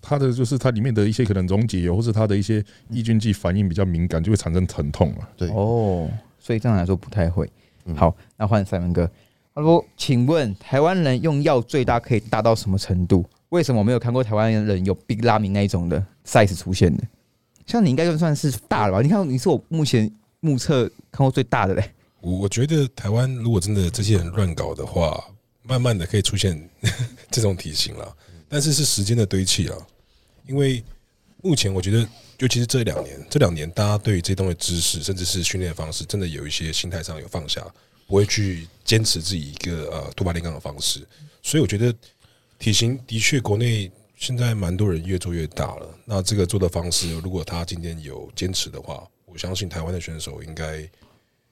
Speaker 3: 它的就是它里面的一些可能溶解，或是它的一些抑菌剂反应比较敏感，就会产生疼痛啊。
Speaker 2: 对
Speaker 1: 哦，所以这样来说不太会。好，那换三文哥，他说：“请问台湾人用药最大可以大到什么程度？为什么我没有看过台湾人有 Big 拉明那一种的 size 出现的？像你应该就算是大了吧？你看你是我目前目测看过最大的嘞。
Speaker 4: 我我觉得台湾如果真的这些人乱搞的话，慢慢的可以出现 这种体型了，但是是时间的堆砌啊。因为目前我觉得，尤其是这两年，这两年大家对于这些东西的知识，甚至是训练方式，真的有一些心态上有放下，不会去坚持自己一个呃突发炼钢的方式。所以我觉得体型的确国内现在蛮多人越做越大了。那这个做的方式，如果他今天有坚持的话，我相信台湾的选手应该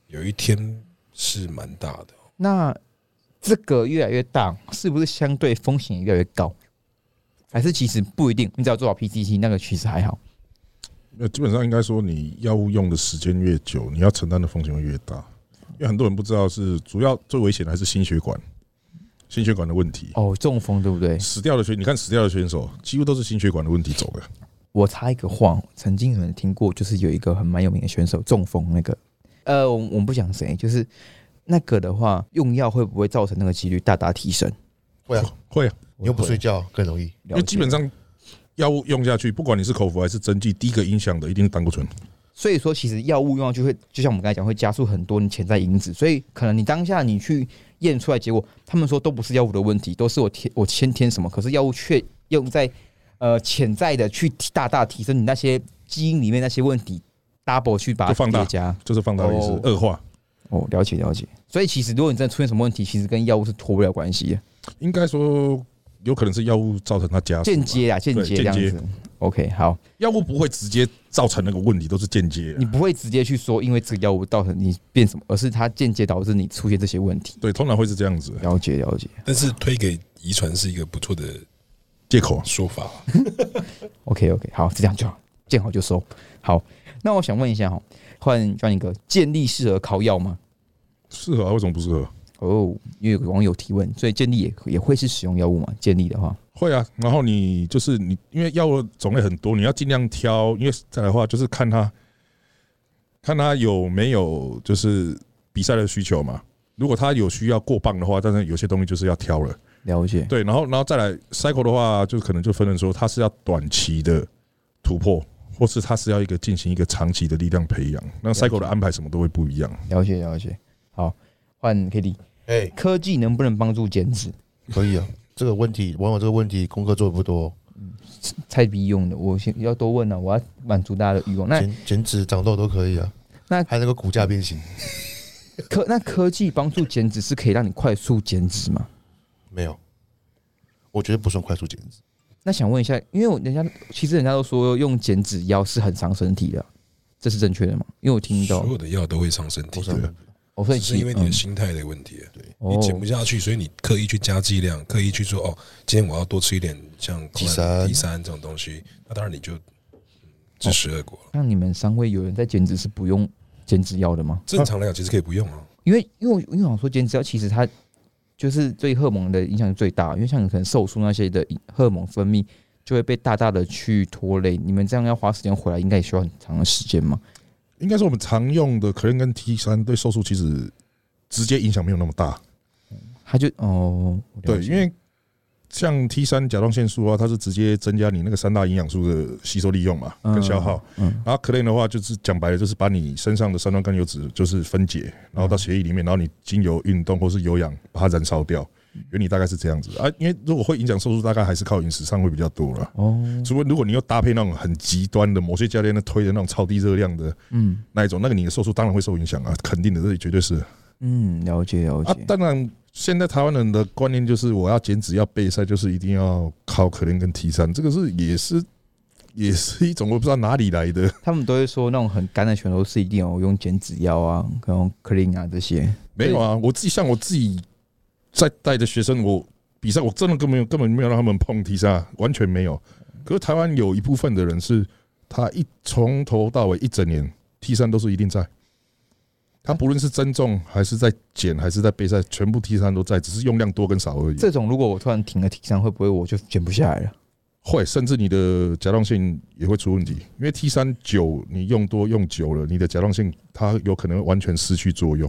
Speaker 4: 有一天是蛮大的。哦
Speaker 1: 那这个越来越大，是不是相对风险也越来越高？还是其实不一定？你只要做好 PCC，那个其实还好。
Speaker 3: 那基本上应该说，你药物用的时间越久，你要承担的风险会越大。因为很多人不知道是主要最危险的还是心血管，心血管的问题。
Speaker 1: 哦，中风对不对？
Speaker 3: 死掉的选，你看死掉的选手几乎都是心血管的问题走的。
Speaker 1: 我插一个话，曾经有人听过，就是有一个很蛮有名的选手中风那个，呃，我我们不讲谁，就是那个的话，用药会不会造成那个几率大大提升？
Speaker 2: 会啊，
Speaker 3: 会啊，
Speaker 2: 你又不睡觉更容易。
Speaker 1: 了
Speaker 3: 因
Speaker 1: 解
Speaker 3: 为基本，上药物用下去，不管你是口服还是针剂，第一个影响的一定是胆固醇。
Speaker 1: 所以说其实药物用上去会，就像我们刚才讲，会加速很多你潜在因子，所以可能你当下你去验出来结果，他们说都不是药物的问题，都是我天我先天什么，可是药物却用在呃潜在的去提大大提升你那些基因里面那些问题，double 去把它
Speaker 3: 就放大
Speaker 1: 叠加。
Speaker 3: 就是放大的意思
Speaker 1: 哦，
Speaker 3: 恶化。
Speaker 1: 哦，了解了解。所以其实如果你真的出现什么问题，其实跟药物是脱不了关系的，
Speaker 3: 应该说有可能是药物造成它加速吧
Speaker 1: 间接啊，间接
Speaker 3: 对
Speaker 1: 这样
Speaker 3: 间
Speaker 1: 子。OK，好，
Speaker 3: 药物不会直接造成那个问题，都是间接啊、
Speaker 1: 你不会直接去说因为这个药物造成你变什么，而是它间接导致你出现这些问题。
Speaker 3: 对，通常会是这样子
Speaker 1: 了解了解。
Speaker 4: 但是推给遗传是一个不错的
Speaker 3: 借口啊。
Speaker 4: 说法，
Speaker 1: OK OK，好，是这样就好，见好就收。好，那我想问一下哈，换专一哥，健力适合烤药吗？
Speaker 3: 适合啊？为什么不适合？
Speaker 1: 哦，因为有个网友提问，所以健力也也会是使用药物吗？健力的话，
Speaker 3: 会啊，然后你就是你，因为药物种类很多，你要尽量挑，因为再来的话就是看他，看他有没有就是比赛的需求嘛。如果他有需要过磅的话，但是有些东西就是要挑了。
Speaker 1: 了解。
Speaker 3: 对，然后然后再来 cycle 的话，就可能就分成说，他是要短期的突破，或是他是要一个进行一个长期的力量培养。那 cycle 的安排什么都会不一样。
Speaker 1: 了解了解。好，换 K D，
Speaker 2: 哎，
Speaker 1: 科技能不能帮助减脂？
Speaker 2: 可以啊，这个问题网友这个问题功课做的不多，
Speaker 1: 菜逼用的，我先要多问了、我要满足大家的欲望。那
Speaker 2: 减减脂长痘都可以啊。
Speaker 1: 那
Speaker 2: 还能够骨架变形？
Speaker 1: 科那科技帮助减脂是可以让你快速减脂吗？
Speaker 2: 没有，我觉得不算快速减脂。
Speaker 1: 那想问一下，因为我人家其实人家都说用减脂药是很伤身体的，这是正确的吗？因为我听到
Speaker 4: 所，有的药都会伤身体
Speaker 2: 我，
Speaker 3: 啊
Speaker 2: 想
Speaker 1: 我啊所以
Speaker 4: 只
Speaker 1: 其
Speaker 4: 是因为你的心态的问题。啊
Speaker 1: 嗯
Speaker 4: 你
Speaker 1: 哦
Speaker 4: 减不下去，所以你刻意去加剂量，刻意去说哦，今天我要多吃一点像
Speaker 2: T 三
Speaker 4: T 三这种东西，那当然你就嗯
Speaker 1: 哦
Speaker 4: 自食恶果了。
Speaker 1: 像你们三位有人在减脂是不用减脂药的吗？
Speaker 4: 正常来讲，其实可以不用啊。
Speaker 1: 因为因为我因为我想说减脂药其实它就是对荷尔蒙的影响是最大，因为像你可能瘦素那些的荷尔蒙分泌就会被大大的去拖累，你们这样要花时间回来，应该也需要很长的时间嘛？
Speaker 3: 应该是我们常用的可能跟 T 三对瘦素其实直接影响没有那么大，
Speaker 1: 他就哦，我了
Speaker 3: 对，
Speaker 1: 解
Speaker 3: 因为像 T 三甲状腺素啊，它是直接增加你那个三大营养素的吸收利用嘛，跟消耗。
Speaker 1: 嗯
Speaker 3: 然后 c l a n 的话，就是讲白了，就是把你身上的三酸甘油脂就是分解，然后到血液里面，然后你经由运动或是有氧把它燃烧掉。原理大概是这样子啊，因为如果会影响瘦素，大概还是靠饮食上会比较多了。
Speaker 1: 哦，
Speaker 3: 除非如果你又搭配那种很极端的，某些教练的推的那种超低热量的
Speaker 1: 嗯
Speaker 3: 那一种，那个你的瘦素当然会受影响啊，肯定的，这绝对是。
Speaker 1: 嗯，了解了
Speaker 3: 啊
Speaker 1: 解，，
Speaker 3: 当然，现在台湾人的观念就是我要减脂要备赛，就是一定要靠可怜跟 T 三，这个是也是也是一种我不知道哪里来的。
Speaker 1: 他们都会说那种很干的拳头是一定有用减脂药啊，跟用 clean 啊这些，
Speaker 3: 没有啊，我自己像我自己在带的学生，我比赛我真的根本没有根本没有让他们碰 T 三，啊完全没有。可是台湾有一部分的人是，他一从头到尾一整年 T 三都是一定在。他不论是增重还是在减还是在备赛，全部 T 三都在，只是用量多跟少而已。
Speaker 1: 这种如果我突然停了体上，会不会我就减不下来了？
Speaker 3: 会，甚至你的甲状腺也会出问题，因为 T 三久你用多用久了，你的甲状腺它有可能完全失去作用，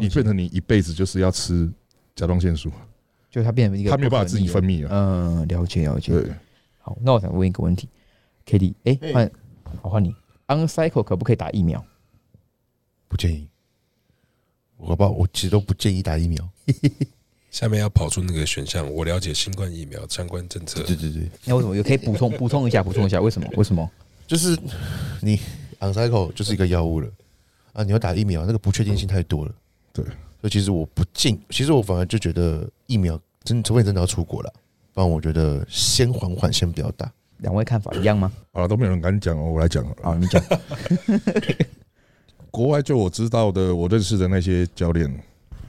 Speaker 3: 你变成你一辈子就是要吃甲状腺素，
Speaker 1: 就它变成一个
Speaker 3: 它没有办法自己分
Speaker 1: 泌。
Speaker 3: 泌啊。
Speaker 1: 嗯，了解了解。
Speaker 3: 对，
Speaker 1: 好，那我想问一个问题，Kitty，哎、
Speaker 2: 嘿
Speaker 1: 换好换你，On Cycle 可不可以打疫苗？
Speaker 2: 不建议。我好不好？我其实都不建议打疫苗。
Speaker 4: 下面要跑出那个选项，我了解新冠疫苗相关政
Speaker 1: 哦
Speaker 4: 策。
Speaker 2: 对对对，
Speaker 1: 那为什么？也可以补 充补充一下，补充一下，为什么？为什么？
Speaker 2: 就是你 on cycle 就是一个药物了啊，你要打疫苗，那个不确定性太多了。
Speaker 3: 对
Speaker 2: 所以其实我不进，其实我反而就觉得疫苗真，除非你真的要出国了，不然我觉得先缓缓，先不要打。
Speaker 1: 两位看法一样吗？
Speaker 3: 好了，都没有人敢讲哦，我来讲好了。
Speaker 1: 好，你讲。
Speaker 3: 国外就我知道的，我认识的那些教练，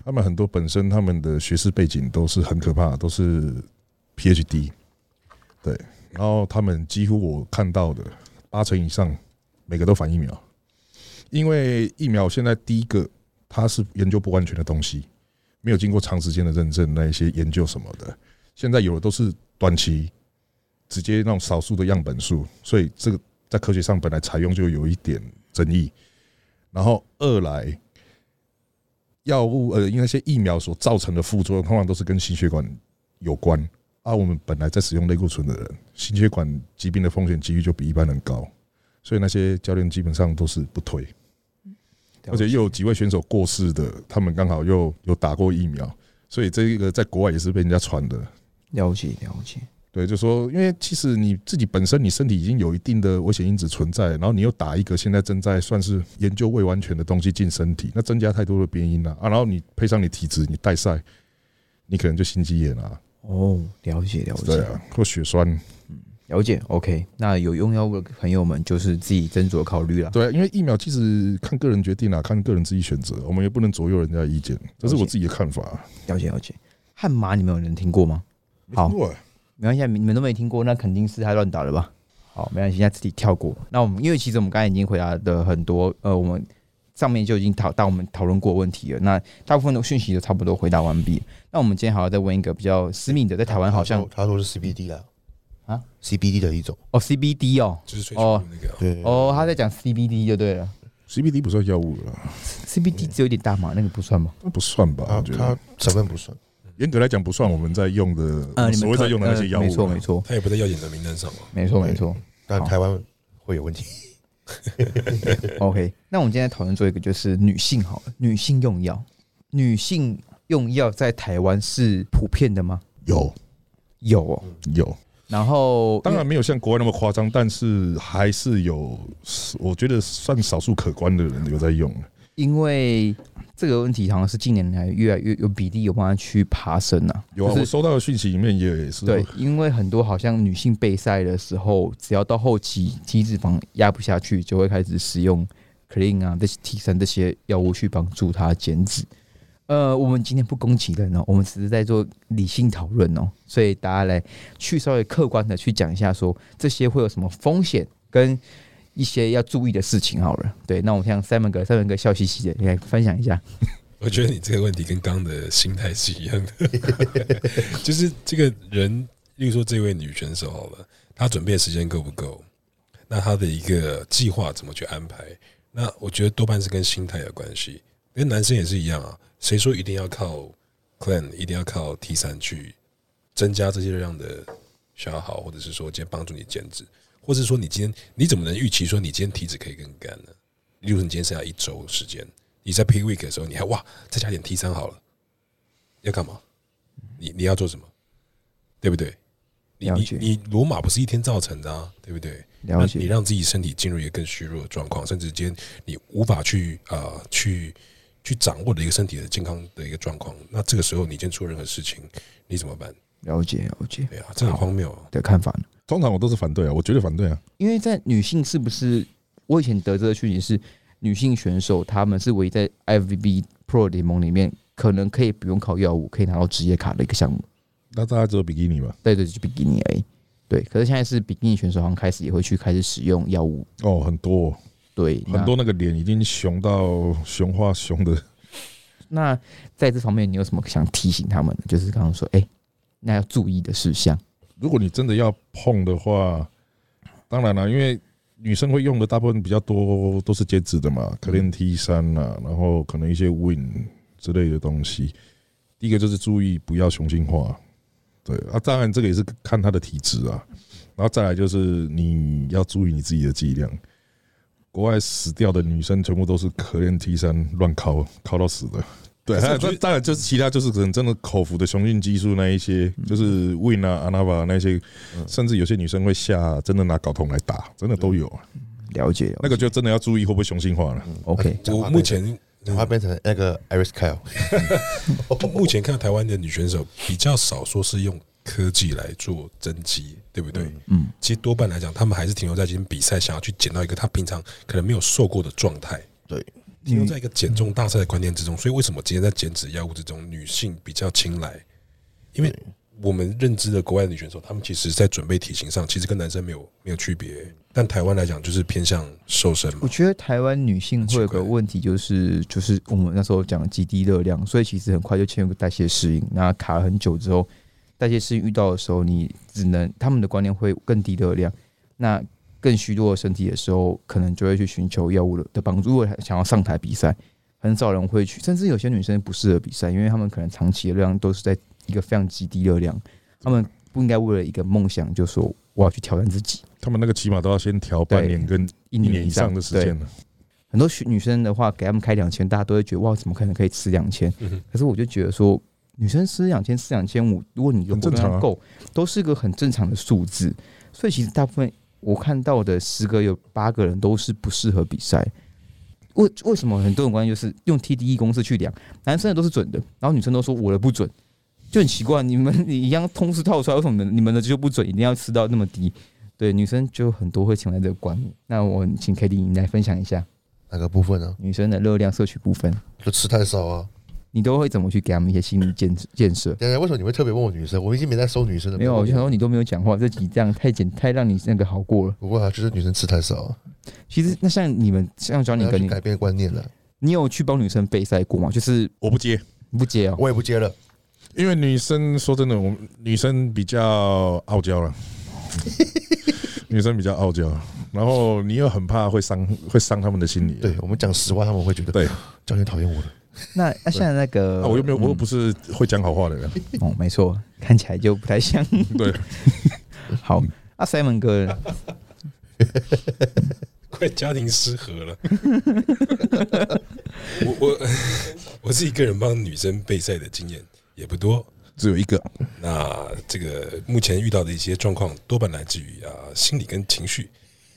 Speaker 3: 他们很多本身他们的学士背景都是很可怕的，都是 PhD，对，然后他们几乎我看到的八成以上每个都反疫苗，因为疫苗现在第一个它是研究不完全的东西，没有经过长时间的认证，那一些研究什么的，现在有的都是短期，直接那种少数的样本数，所以这个在科学上本来采用就有一点争议。然后二来，药物呃，因为那些疫苗所造成的副作用，通常都是跟心血管有关。啊，我们本来在使用类固醇的人，心血管疾病的风险几率就比一般人高，所以那些教练基本上都是不推。而且又有几位选手过世的，他们刚好又有打过疫苗，所以这一个在国外也是被人家传的。
Speaker 1: 了解了解，
Speaker 3: 对，就说因为其实你自己本身你身体已经有一定的危险因子存在，然后你又打一个现在正在算是研究未完全的东西进身体，那增加太多的变因了啊然后你配上你体质，你带赛，你可能就心肌炎啊，
Speaker 1: 哦，了解了
Speaker 3: 对
Speaker 1: 解
Speaker 3: 啊，或血栓，
Speaker 1: 了解。OK，那有用药物的朋友们就是自己斟酌考虑了。
Speaker 3: 对啊、因为疫苗其实看个人决定啊，看个人自己选择，我们也不能左右人家的意见，这是我自己的看法。
Speaker 1: 了解了解。悍马，你们有人听过吗？好
Speaker 3: 对，
Speaker 1: 没关系啊，你们都没听过，那肯定是他乱打的吧？好，没关系，那自己跳过。那我们因为其实我们刚才已经回答的很多，呃，我们上面就已经讨到我们讨论过问题了。那大部分的讯息都差不多回答完毕。那我们今天好好再问一个比较私密的，在台湾好像
Speaker 2: 他说是 CBD 啦，
Speaker 1: 啊
Speaker 2: ，CBD 的一种。
Speaker 1: 哦 CBD 哦
Speaker 4: 就是最穷那个啊、
Speaker 2: 对
Speaker 1: 哦，他在讲 CBD 就对了
Speaker 3: CBD 不算药物了，
Speaker 1: ，CBD 只有一点大麻，那个不算吗？
Speaker 3: 那不算吧？
Speaker 2: 它
Speaker 3: 我觉
Speaker 2: 它
Speaker 3: 得
Speaker 2: 成分不算，
Speaker 3: 严格来讲不算我们在用的，
Speaker 1: 呃你
Speaker 3: 所谓在用的那些药物啊，
Speaker 1: 没错没错
Speaker 4: 他也不在药检的名单上嘛。
Speaker 1: 没错没错。
Speaker 2: 但
Speaker 1: 好
Speaker 2: 台湾会有问题。
Speaker 1: OK，那我们今天讨论做一个就是女性好了，女性用药，女性用药在台湾是普遍的吗？
Speaker 3: 有
Speaker 1: 有哦。
Speaker 3: 有。
Speaker 1: 然后
Speaker 3: 当然没有像国外那么夸张，但是还是有，我觉得算少数可观的人有在用。
Speaker 1: 因为这个问题好像是近年来越来越有比例有慢慢去爬升啊。
Speaker 3: 有啊，
Speaker 1: 就是
Speaker 3: 我收到的讯息里面也是，
Speaker 1: 对，因为很多好像女性备赛的时候，只要到后期体脂肪压不下去，就会开始使用 clean 啊这些 T 三这些药物去帮助她减脂。呃，我们今天不攻击人哦，我们只是在做理性讨论哦，所以大家来去稍微客观的去讲一下说这些会有什么风险跟一些要注意的事情好了。对，那我们像 Simon 哥，Simon 哥笑嘻嘻的，你来分享一下。
Speaker 4: 我觉得你这个问题跟刚刚的心态是一样的， 就是这个人，例如说这位女选手好了，她准备的时间够不够？那她的一个计划怎么去安排？那我觉得多半是跟心态有关系，跟男生也是一样啊。谁说一定要靠 clan 一定要靠 T 三去增加这些热量的消耗，或者是说今天帮助你减脂，或者是说你今天你怎么能预期说你今天体脂可以更干呢？例如你今天剩下一周时间，你在 pay week 的时候，你还哇再加点 T 三好了，要干嘛？你你要做什么？对不对？你
Speaker 1: 了
Speaker 4: 你
Speaker 1: 解
Speaker 4: 你罗马不是一天造成的啊，对不对？
Speaker 1: 了
Speaker 4: 那你
Speaker 1: 解，
Speaker 4: 让自己身体进入一个更虚弱的状况，甚至今天你无法去啊、呃去去掌握的一个身体的健康的一个状况，那这个时候你今天出任何事情，你怎么办？
Speaker 1: 了解，了解
Speaker 4: 对啊，这很荒谬啊、
Speaker 1: 的看法呢？
Speaker 3: 通常我都是反对啊，我绝对反对啊。
Speaker 1: 因为在女性是不是？我以前得知的讯息是，女性选手她们是唯一在 IVB Pro 联盟里面可能可以不用靠药物，可以拿到职业卡的一个项目。
Speaker 3: 那大家只有比基尼吧？
Speaker 1: 对对，就是比基尼而已。对，可是现在是比基尼选手好像开始也会去开始使用药物。
Speaker 3: 哦，很多哦
Speaker 1: 对，那
Speaker 3: 很多那个脸已经熊到熊化熊的，
Speaker 1: 那在这方面，你有什么想提醒他们的？就是刚刚说，哎、那要注意的事项。
Speaker 3: 如果你真的要碰的话，当然了，因为女生会用的大部分比较多都是减脂的嘛，可能 T 三啦，然后可能一些 Win 之类的东西。第一个就是注意不要雄性化，对啊，当然这个也是看她的体质啊，然后再来就是你要注意你自己的剂量。国外死掉的女生全部都是可怜 T 三乱靠靠到死的，对，
Speaker 4: 可是
Speaker 3: 还
Speaker 4: 我
Speaker 3: 有
Speaker 4: 觉得
Speaker 3: 这当然就是其他就是可能真的口服的雄性激素那一些，就是 Win 啊、Anava 那些，甚至有些女生会下真的拿睾酮来打，真的都有啊。
Speaker 1: 了解了
Speaker 3: 那个就真的要注意会不会雄性化了。
Speaker 1: OK，
Speaker 2: 讲
Speaker 4: 我
Speaker 2: 话
Speaker 4: 目
Speaker 2: 变成
Speaker 4: 前
Speaker 2: 讲话变成那个 Iris Kyle，
Speaker 4: 目前看到台湾的女选手比较少说是用科技来做增肌，对不对？
Speaker 1: 嗯，
Speaker 4: 其实多半来讲，她们还是停留在今天比赛，想要去减到一个她平常可能没有受过的状态。
Speaker 2: 对，
Speaker 4: 停留在一个减重大赛的观念之中。所以为什么今天在减脂药物之中，女性比较青睐？因为我们认知的国外的女选手，她们其实在准备体型上，其实跟男生没有没有区别。但台湾来讲，就是偏向瘦身
Speaker 1: 我
Speaker 4: 嘛。
Speaker 1: 觉得台湾女性会有个问题，就是就是我们那时候讲的极低热量，所以其实很快就进入代谢适应，那卡了很久之后，代谢适应遇到的时候，你只能他们的观念会更低热量，那更虚弱的身体的时候，可能就会去寻求药物的的帮助。如果想要上台比赛，很少人会去，甚至有些女生不适合比赛，因为她们可能长期的热量都是在一个非常极低热量，她们不应该为了一个梦想就说我要去挑战自己
Speaker 3: 他们那个起码都要先调半年跟
Speaker 1: 一
Speaker 3: 一
Speaker 1: 年
Speaker 3: 年以上的时
Speaker 1: 对
Speaker 3: 间了。
Speaker 1: 很多女生的话，给他们开两千，大家都会觉得哇，怎么可能可以吃两千
Speaker 4: 嗯哼？
Speaker 1: 可是我就觉得说，女生吃两千、吃两千五，如果你的活
Speaker 3: 很正
Speaker 1: 动
Speaker 3: 常啊
Speaker 1: 量够，都是一个很正常的数字。所以其实大部分我看到的十个有八个人都是不适合比赛。为为什么很多人关系就是用 TDE 公式去量，男生的都是准的，然后女生都说我的不准，就很奇怪。你们你一样通识套出来，为什么你们你们的就不准，一定要吃到那么低？对，女生就很多会存在这个观念。那我请 k d 你来分享一下。
Speaker 2: 哪个部分呢？
Speaker 1: 女生的热量摄取部分，
Speaker 2: 就吃太少啊。
Speaker 1: 你都会怎么去给他们一些心理建建设？
Speaker 2: 等一下为什么你会特别问我女生？我已经没在收女生的。
Speaker 1: 没有，我就想说你都没有讲话，这集这样太简太让你那个好过了。
Speaker 2: 不过啊，就是女生吃太少啊，
Speaker 1: 其实那像你们像 Johnny
Speaker 2: 要
Speaker 1: 跟
Speaker 2: 去
Speaker 1: 你，
Speaker 2: 改变观念了。
Speaker 1: 你有去帮女生备赛过吗？就是
Speaker 3: 我不接，
Speaker 1: 你不接哦，
Speaker 2: 我也不接了，
Speaker 3: 因为女生说真的，我们女生比较傲娇 了，女生比较傲娇，然后你又很怕会伤会伤他们的心理。
Speaker 2: 对我们讲实话，他们会觉得
Speaker 3: 对，
Speaker 2: 教练讨厌我了。
Speaker 1: 那那现在那个、
Speaker 3: 啊，我又没有，我又不
Speaker 1: 是、
Speaker 3: 是会讲好话 的人。
Speaker 1: 哦，没错，看起来就不太像。
Speaker 3: 对，
Speaker 1: 好，那、Simon 哥呢，
Speaker 4: 快家庭失和了。 我我 我是一个人帮女生备赛的经验也不多，
Speaker 3: 只有一个，
Speaker 4: 那这个目前遇到的一些状况，多半来自于啊心理跟情绪。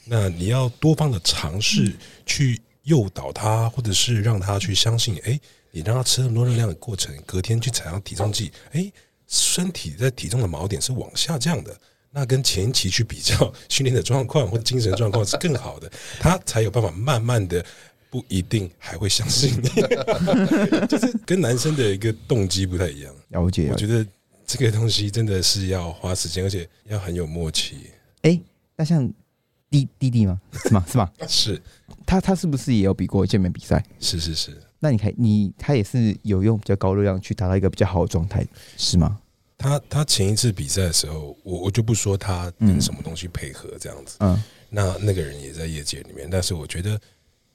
Speaker 4: 那你要多方的尝试去诱导他，或者是让他去相信，哎，你让他吃那么多热量的过程，隔天去采用体重计，哎，身体在体重的锚点是往下降的。那跟前期去比较，训练的状况或精神状况是更好的， 他才有办法慢慢的，不一定还会相信你， 就是跟男生的一个动机不太一样。
Speaker 1: 了解
Speaker 4: 我
Speaker 1: 了
Speaker 4: 觉
Speaker 1: 解。
Speaker 4: 得这个东西真的是要花时间，而且要很有默契。
Speaker 1: 哎、那像弟弟弟吗？是吗？是吗？
Speaker 4: 是
Speaker 1: 他他是不是也有比过健美比赛？
Speaker 4: 是是是，
Speaker 1: 那你看你他也是有用比较高热量去达到一个比较好的状态，是吗？
Speaker 4: 他他前一次比赛的时候，我我就不说他跟什么东西配合这样子。
Speaker 1: 嗯，
Speaker 4: 那那个人也在业界里面，但是我觉得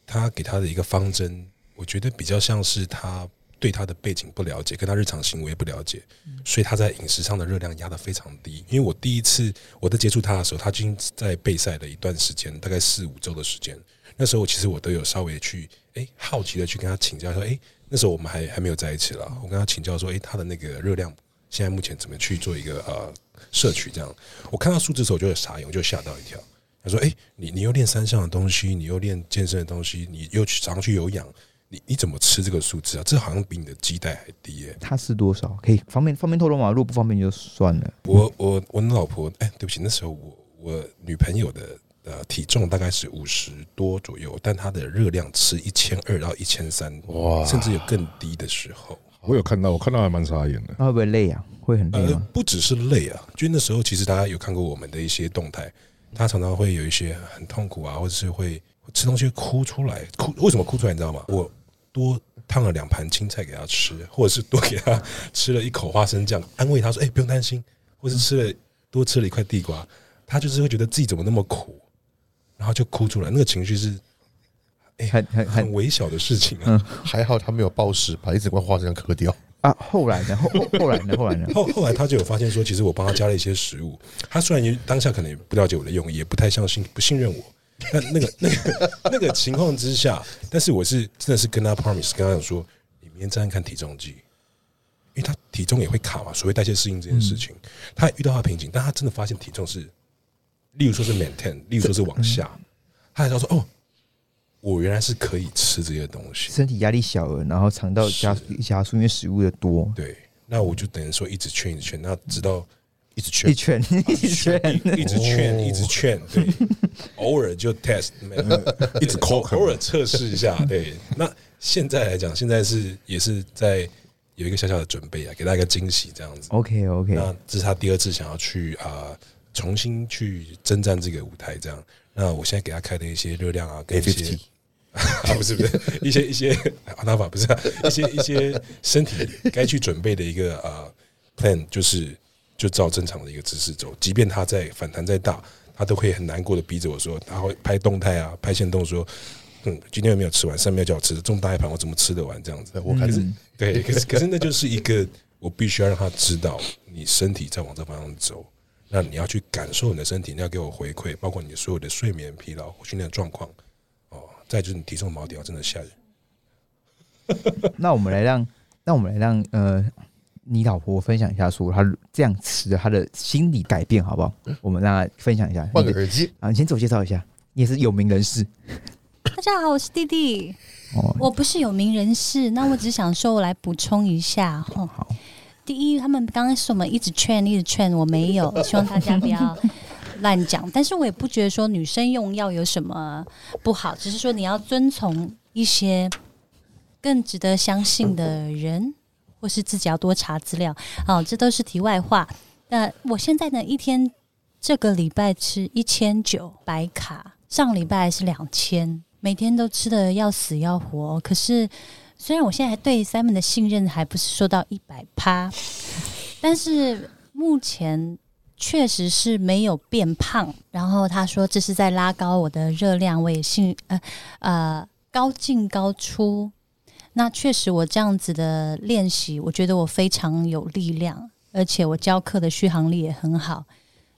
Speaker 4: 他给他的一个方针，我觉得比较像是他对他的背景不了解，跟他日常行为不了解，所以他在饮食上的热量压得非常低。因为我第一次我在接触他的时候，他已经在备赛了一段时间，大概四五周的时间。那时候我其实我都有稍微去哎、诶好奇的去跟他请教说，哎、那时候我们还还没有在一起啦，我跟他请教说，哎、他的那个热量现在目前怎么去做一个呃摄取？这样，我看到数字的时候我就有傻眼，我就吓到一跳。他说：“哎、你你又练三项的东西，你又练健身的东西，你又去常去有氧，你你怎么吃这个数字啊？这好像比你的基带还低耶、
Speaker 1: 他是多少？可以方便方便透露吗？如果不方便就算了。
Speaker 4: 我我我老婆，哎、对不起，那时候我我女朋友的呃体重大概是五十多左右，但她的热量吃一千二到一千三，
Speaker 2: 哇
Speaker 4: 甚至有更低的时候。
Speaker 3: 我有看到，我看到还蛮傻眼的。
Speaker 1: 那会不会累啊？会很累
Speaker 4: 呃
Speaker 1: 吗？，
Speaker 4: 不只是累啊，就那时候其实大家有看过我们的一些动态，他常常会有一些很痛苦啊，或者是会吃东西会哭出来，哭为什么哭出来你知道吗？我多烫了两盘青菜给他吃，或者是多给他吃了一口花生酱，安慰他说：“哎、不用担心。”或是吃了多吃了一块地瓜，他就是会觉得自己怎么那么苦，然后就哭出来，那个情绪是哎
Speaker 1: 很很嗯
Speaker 4: 很
Speaker 1: 很
Speaker 4: 微小的事情啊。
Speaker 2: 还好他没有暴食，把一整罐花生酱磕掉。
Speaker 1: 啊！后来呢？后后后来呢？后来呢？
Speaker 4: 后后来他就有发现说，其实我帮他加了一些食物，他虽然也当下可能也不了解我的用意，也不太相信，不信任我。但那个那个那个情况之下，但是我是真的是跟他 promise，跟他讲说，你明天站站看体重计，因为他体重也会卡嘛，所谓代谢适应这件事情，他遇到他的瓶颈，但他真的发现体重是，例如说是 maintain，例如说是往下，他才知道说哦，我原来是可以吃这些东西，
Speaker 1: 身体压力小了，然后肠道加速加速，因为食物的多，
Speaker 4: 对，那我就等于说一直劝一直劝，那直到。
Speaker 2: 一直
Speaker 1: 一
Speaker 2: 劝，
Speaker 1: 圈一圈，
Speaker 4: 一一直劝， 一直劝， 对，偶尔就 test，没有
Speaker 3: 哦一直 call
Speaker 4: 偶尔测试一下，对。那现在来讲，现在是也是在有一个小小的准备啊，给大家一个惊喜这样子。
Speaker 3: 哦
Speaker 1: OK OK，
Speaker 2: 呃
Speaker 4: 那这是他第二次想要去啊、重新去征战这个舞台，这样。那我现在给他开的一些热量啊，跟一些
Speaker 2: A50
Speaker 4: 啊，不是不是一些一些阿达法不是啊、一些一些身体该去准备的一个啊 plan，就是就照正常的一个姿势走，即便他在反弹再大，他都会很难过的逼着我说，他会拍动态啊，拍线动说。嗯，今天有没有吃完？上面有叫我吃，这么大一盘，我怎么吃得完？这样子，嗯
Speaker 2: 我开始
Speaker 4: 对，可是可是那就是一个，我必须要让他知道你身体在往这方向走，那你要去感受你的身体，你要给我回馈，包括你所有的睡眠、疲劳、训练的状况，哦，再就是你体重锚点要真的下去。
Speaker 1: 那我们来让，那我们来让呃，你老婆分享一下，说她这样吃，她的心理改变好不好？我们让她分享一下。
Speaker 2: 换个
Speaker 1: 你的
Speaker 2: 耳机。
Speaker 1: 啊，你先自我介绍一下，你也是有名人士
Speaker 5: 大家好，我是弟弟，
Speaker 1: 哦。
Speaker 5: 我不是有名人士，那我只想说，我来补充一下哦。
Speaker 1: 好，
Speaker 5: 第一，他们刚开始我们一直劝，一直劝，我没有，希望大家不要乱讲。但是我也不觉得说女生用药有什么不好，只是说你要遵从一些更值得相信的人，或是自己要多查资料。哦，这都是题外话。那我现在呢，一天这个礼拜吃一千九百卡，上礼拜是两千，每天都吃的要死要活。可是虽然我现在还对 Simon 的信任还不是说到一百趴，但是目前确实是没有变胖。然后他说这是在拉高我的热量，我也信呃呃高进高出。那确实，我这样子的练习，我觉得我非常有力量，而且我教课的续航力也很好。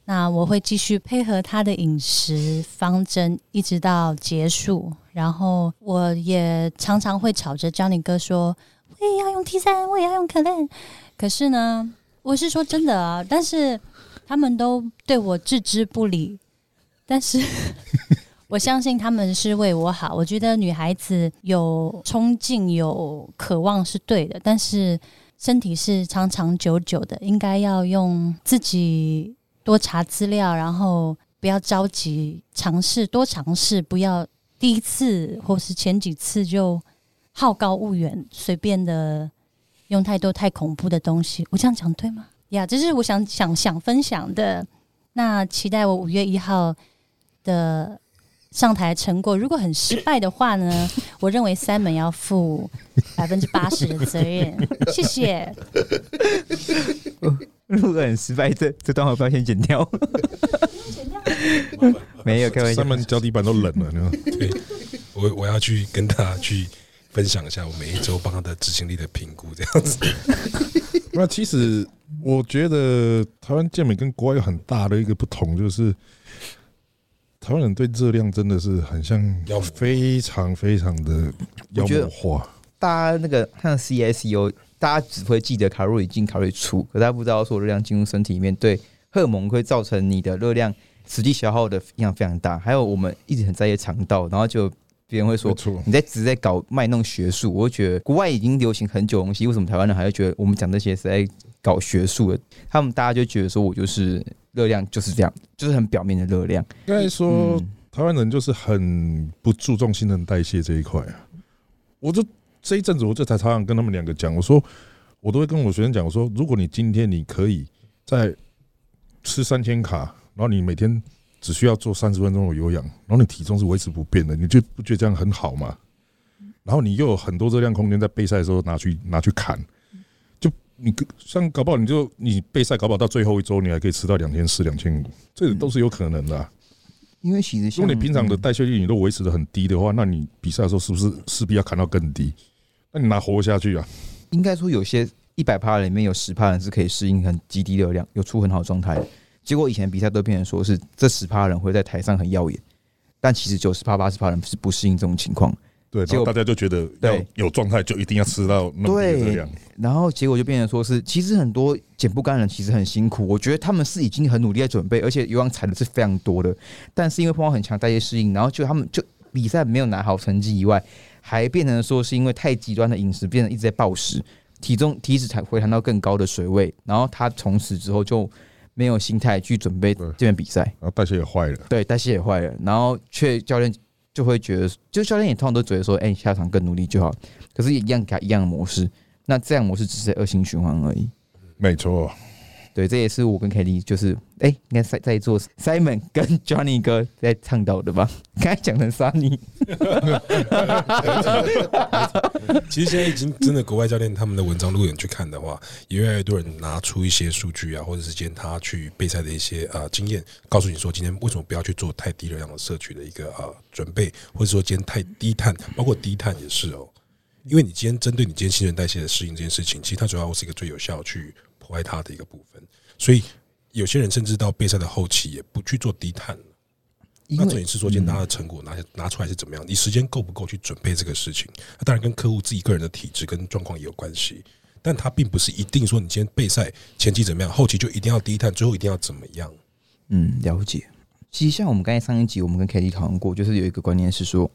Speaker 5: 那我会继续配合他的饮食方针，一直到结束。然后我也常常会吵着 Johnny 哥说：“我也要用 T 三，我也要用可乐。”可是呢，我是说真的啊，但是他们都对我置之不理。但是我相信他们是为我好。我觉得女孩子有冲劲、有渴望是对的，但是身体是长长久久的，应该要用自己多查资料，然后不要着急尝试，多尝试，不要第一次或是前几次就好高骛远，随便的用太多太恐怖的东西。我这样讲对吗？呀、这是我想想想分享的。那期待我五月一号的上台成果。如果很失败的话 呢，我认为 Simon 要负 百分之八十的责任。谢谢。
Speaker 1: 如果很失败，这这段话不要先剪掉。 没有开玩笑
Speaker 3: 三，门脚底板都冷了，你知道吗
Speaker 4: 我我要去跟他去分享一下我每一周帮他的执行力的评估，这样子。
Speaker 3: 那其实我觉得台湾健美跟国外有很大的一个不同，就是台湾人对热量真的是很像
Speaker 4: 妖魔
Speaker 3: 非常非常的妖
Speaker 1: 我觉得
Speaker 3: 魔化。
Speaker 1: 大家那个像 CSU，大 E 家只会记得卡路里进、卡路里出，可大家不知道说热量进入身体里面，对荷尔蒙会造成你的热量实际消耗的影响非常大。还有我们一直很在意肠道，然后就别人会说
Speaker 3: 没错
Speaker 1: 你在只在搞卖弄学术，我会觉得国外已经流行很久的东西，为什么台湾人还会觉得我们讲这些是在搞学术的？他们大家就觉得说我就是热量就是这样，就是很表面的热量。
Speaker 3: 应该说
Speaker 1: 嗯，
Speaker 3: 台湾人就是很不注重新陈代谢这一块啊。我就这一阵子，我就才常常跟他们两个讲，我说我都会跟我学生讲，我说如果你今天你可以在吃三千卡，然后你每天只需要做三十分钟的有氧，然后你体重是维持不变的，你就不觉得这样很好吗？然后你又有很多热量空间在备赛的时候拿去拿去砍，就你像搞不好你就你备赛搞不好到最后一周你还可以吃到两千四、两千五，这都是有可能的啊、
Speaker 1: 因为其实
Speaker 3: 如
Speaker 1: 像
Speaker 3: 果你平常的
Speaker 1: 嗯
Speaker 3: 代谢率你都维持的很低的话，那你比赛的时候是不是势必要砍到更低？那你哪活下去啊？
Speaker 1: 应该说有些一百趴里面有十趴人是可以适应很极低流量，有出很好的状态的。结果以前比赛都变成说是这十趴人会在台上很耀眼，但其实九十趴、八十趴人是不适应这种情况。
Speaker 3: 对，
Speaker 1: 结
Speaker 3: 然
Speaker 1: 果
Speaker 3: 后大家就觉得要
Speaker 1: 对
Speaker 3: 有状态就一定要吃到那么低的热量，
Speaker 1: 然后结果就变成说是，其实很多减不干的人其实很辛苦，我觉得他们是已经很努力在准备，而且有氧踩的是非常多的，但是因为碰到很强代谢适应，然后就他们就比赛没有拿好成绩以外，还变成说是因为太极端的饮食，变成一直在暴食，体重体脂才回弹到更高的水位，然后他从此之后就没有心态去准备
Speaker 3: 对
Speaker 1: 这边比赛。
Speaker 3: 然后代谢也坏了。
Speaker 1: 对，代谢也坏了，然后却教练就会觉得，就教练也通常都觉得说，哎、你下场更努力就好，可是也一样给他一样的模式，那这样模式只是恶性循环而已。
Speaker 3: 没错，
Speaker 1: 对，这也是我跟凯莉，就是哎、应该在在做 Simon 跟 Johnny 哥在倡导的吧？ 刚才讲成 Sunny，
Speaker 4: 其实现在已经真的国外教练他们的文章，如果你去看的话，也越来越多人拿出一些数据啊，或者是今天他去备赛的一些呃经验，告诉你说今天为什么不要去做太低热量的摄取的一个呃准备，或者说今天太低碳，包括低碳也是哦。因为你今天针对你今天新陈代谢的适应这件事情，其实它主要是一个最有效去破坏它的一个部分，所以有些人甚至到备赛的后期也不去做低碳了。
Speaker 1: 因
Speaker 4: 那
Speaker 1: 为
Speaker 4: 重点是说，今天大家的成果拿拿出来是怎么样？你时间够不够去准备这个事情？那当然跟客户自己个人的体质跟状况也有关系，但它并不是一定说你今天备赛前期怎么样，后期就一定要低碳，最后一定要怎么样。
Speaker 1: 嗯，了解。其实像我们刚才上一集，我们跟凯莉讨论过，就是有一个观念是说，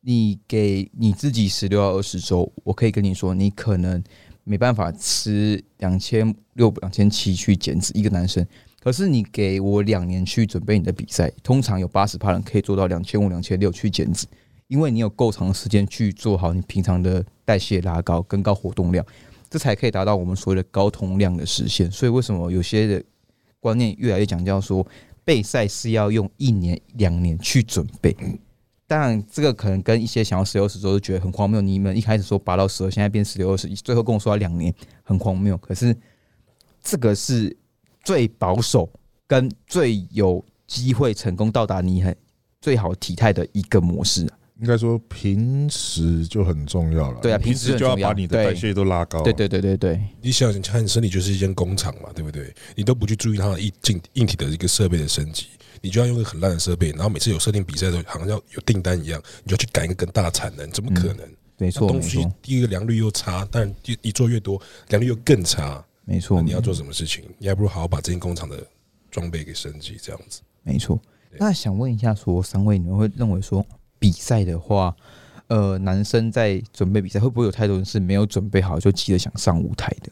Speaker 1: 你给你自己十六到二十周，我可以跟你说，你可能没办法吃两千六、两千七去减脂，一个男生。可是你给我两年去准备你的比赛，通常有八十趴人可以做到两千五、两千六去减脂，因为你有够长的时间去做好你平常的代谢拉高、跟高活动量，这才可以达到我们所谓的高通量的实现。所以为什么有些的观念越来越讲究说，备赛是要用一年两年去准备。当然，这个可能跟一些想要十六十周就觉得很荒谬。你们一开始说八到十二，现在变十六二十，最后跟我说要两年，很荒谬。可是这个是最保守跟最有机会成功到达你很最好体态的一个模式。
Speaker 3: 应该说平时就很重要了。
Speaker 1: 对啊
Speaker 3: 你平
Speaker 1: 平时
Speaker 3: 时
Speaker 1: 很
Speaker 3: 就要
Speaker 1: 重要
Speaker 3: 把你的代谢都拉高。啊
Speaker 1: 对，对对对对，
Speaker 4: 你想想看，身体就是一间工厂嘛，对不对？你都不去注意它的硬硬硬体的一个设备的升级，你就要用一个很烂的设备，然后每次有设定比赛的时候，好像要有订单一样，你就要去赶一个更大的产能，怎么可能？
Speaker 1: 没
Speaker 4: 那
Speaker 1: 嗯错没
Speaker 4: 东西
Speaker 1: 错
Speaker 4: 第一个良率又差，但你你做越多，良率又更差。
Speaker 1: 没
Speaker 4: 那
Speaker 1: 错，
Speaker 4: 你要做什么事情，你还不如好好把这间工厂的装备给升级，这样子。
Speaker 1: 没错。那想问一下说三位，你们会认为说比赛的话，呃，男生在准备比赛，会不会有太多人是没有准备好就急着想上舞台的？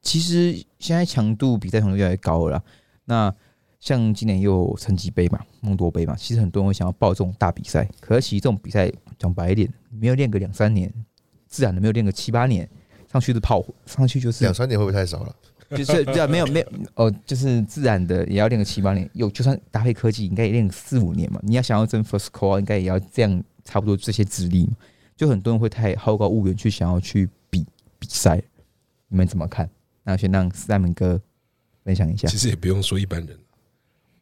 Speaker 1: 其实现在强度比赛强度越来越高了啦。那像今年又有成绩杯嘛、梦多杯嘛，其实很多人会想要报这种大比赛，可是其实这种比赛讲白一点，没有练个两三年，自然的没有练个七八年，上去的炮火，上去就是
Speaker 2: 两三年会不会太少了？
Speaker 1: 就是对啊，没有没有哦，就是自然的也要练个七八年，有就算搭配科技，应该也练个四五年嘛。你要想要争 first call，应该也要这样差不多这些资历嘛。就很多人会太好高骛远去想要去比比赛，你们怎么看？那先让 Simon 哥分享一下
Speaker 4: 其。实也不用说一般人，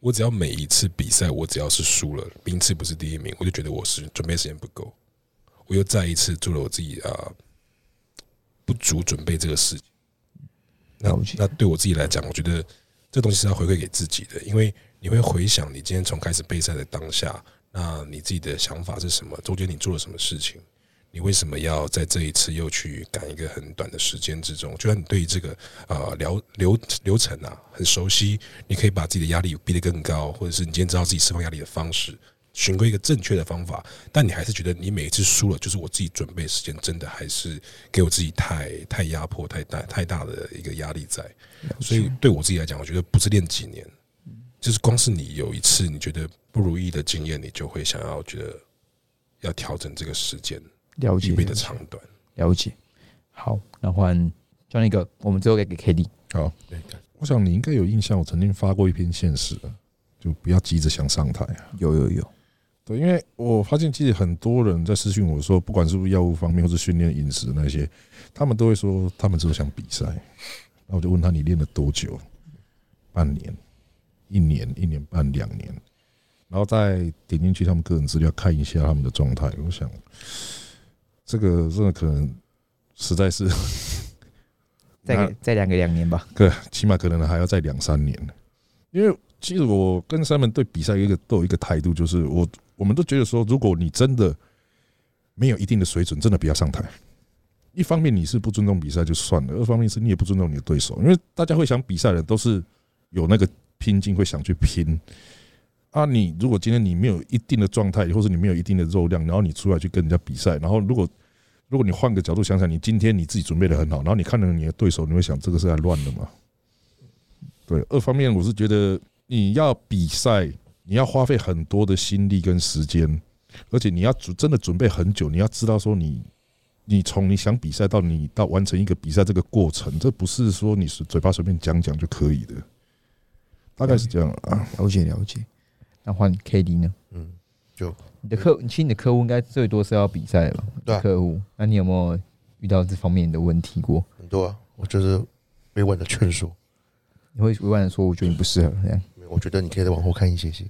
Speaker 4: 我只要每一次比赛，我只要是输了，名次不是第一名，我就觉得我是准备时间不够。我又再一次做了我自己啊、呃不足准备这个事情。那
Speaker 1: 了解
Speaker 4: 那对我自己来讲，我觉得这东西是要回馈给自己的，因为你会回想你今天从开始备赛的当下，那你自己的想法是什么？中间你做了什么事情？你为什么要在这一次又去赶一个很短的时间之中？就算你对于这个呃流流流程啊很熟悉，你可以把自己的压力逼得更高，或者是你今天知道自己释放压力的方式，寻归一个正确的方法，但你还是觉得你每一次输了，就是我自己准备的时间真的还是给我自己太太压迫、太大太大的一个压力在。所以对我自己来讲，我觉得不是练几年，就是光是你有一次你觉得不如意的经验，你就会想要觉得要调整这个时间
Speaker 1: 了解
Speaker 4: 预备的长短。
Speaker 1: 了解。好，那换 Johnny 哥，我们最后给给 k d
Speaker 3: 好，
Speaker 4: 对，
Speaker 3: 我想你应该有印象，我曾经发过一篇现实的，就不要急着想上台啊。
Speaker 1: 有有有，
Speaker 3: 对，因为我发现其实很多人在私讯我说，不管是不是药物方面，或是训练、饮食那些，他们都会说他们只有想比赛。那我就问他，你练了多久？半年、一年、一年半、两年，然后再点进去他们个人资料看一下他们的状态。我想，这个真的可能实在是
Speaker 1: 再
Speaker 3: 那
Speaker 1: 给再两个两年吧。
Speaker 3: 对，起码可能还要再两三年。因为其实我跟 Simon 对比赛有一个都有一个态度，就是我我们都觉得说，如果你真的没有一定的水准，真的不要上台。一方面你是不尊重比赛就算了，二方面是你也不尊重你的对手，因为大家会想比赛的人都是有那个拼劲，会想去拼。啊，你如果今天你没有一定的状态，或者你没有一定的肉量，然后你出来去跟人家比赛，然后如果如果你换个角度想想，你今天你自己准备的很好，然后你看到你的对手，你会想这个是在乱的吗？对，二方面我是觉得你要比赛，你要花费很多的心力跟时间，而且你要准真的准备很久，你要知道说你你从你想比赛到你到完成一个比赛这个过程，这不是说你是嘴巴随便讲讲就可以的，大概是这样啊。
Speaker 1: 了解了解。那换 k d 呢？
Speaker 2: 嗯，
Speaker 1: 你的客，其实你的客户应该最多是要比赛吧？
Speaker 2: 对啊
Speaker 1: 客户，那你有没有遇到这方面的问题过？
Speaker 2: 很多啊，我就是委婉的劝说，
Speaker 1: 你会委婉的说，我觉得你不适合这样。
Speaker 2: 没有我觉得你可以再往后看一些些，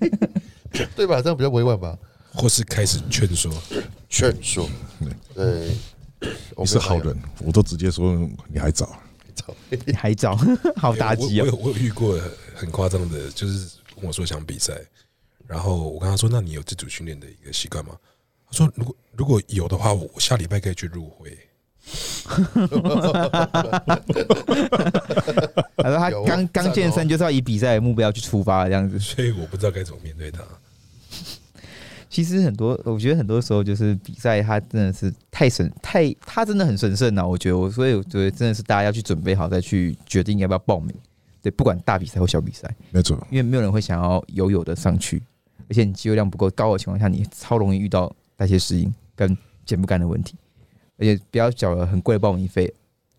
Speaker 2: 对吧？这样比较委婉吧？
Speaker 4: 或是开始劝说，
Speaker 2: 劝说，对，我
Speaker 3: 你
Speaker 2: 没
Speaker 3: 是
Speaker 2: 有
Speaker 3: 好人，我都直接说你还早。
Speaker 2: 操，
Speaker 1: 你 还早，好打击
Speaker 4: 我
Speaker 1: 哦！
Speaker 4: 我有我有遇过很夸张的，就是跟我说想比赛，然后我跟他说：“那你有自主训练的一个习惯吗？”他说：“如果如果有的话，我我下礼拜可以去入会。
Speaker 1: 他说他
Speaker 2: 有
Speaker 1: 刚
Speaker 2: 赞
Speaker 1: 刚
Speaker 2: 哦
Speaker 1: 健身就是要以比赛的目标去出发这样子”。
Speaker 4: 所以我不知道该怎么面对他。
Speaker 1: 其实很多，我觉得很多时候就是比赛，它真的是太神太，它真的很神圣啊！我觉得我，所以我觉得真的是大家要去准备好，再去决定要不要报名。对，不管大比赛或小比赛，
Speaker 3: 没错，
Speaker 1: 因为没有人会想要有有的上去，而且你肌肉量不够高的情况下，你超容易遇到代谢适应跟减不干的问题，而且不要缴了很贵的报名费，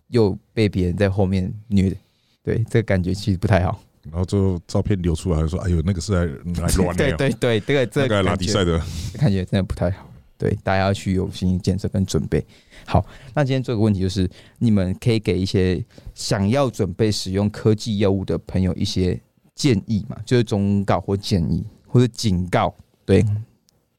Speaker 1: 又被别人在后面虐，对，这个感觉其实不太好。
Speaker 3: 然后最后照片流出来说：“哎呦，那个是来来 乱
Speaker 1: 对
Speaker 3: 的，
Speaker 1: 对对，这个这
Speaker 3: 那
Speaker 1: 个
Speaker 3: 个拉
Speaker 1: 感
Speaker 3: 比
Speaker 1: 觉
Speaker 3: 赛的。”
Speaker 1: 看起来真的不太好。对，大家要去有心理建设跟准备。好，那今天最后一个问题就是，你们可以给一些想要准备使用科技药物的朋友一些建议嘛？就是忠告或建议，或者警告。对，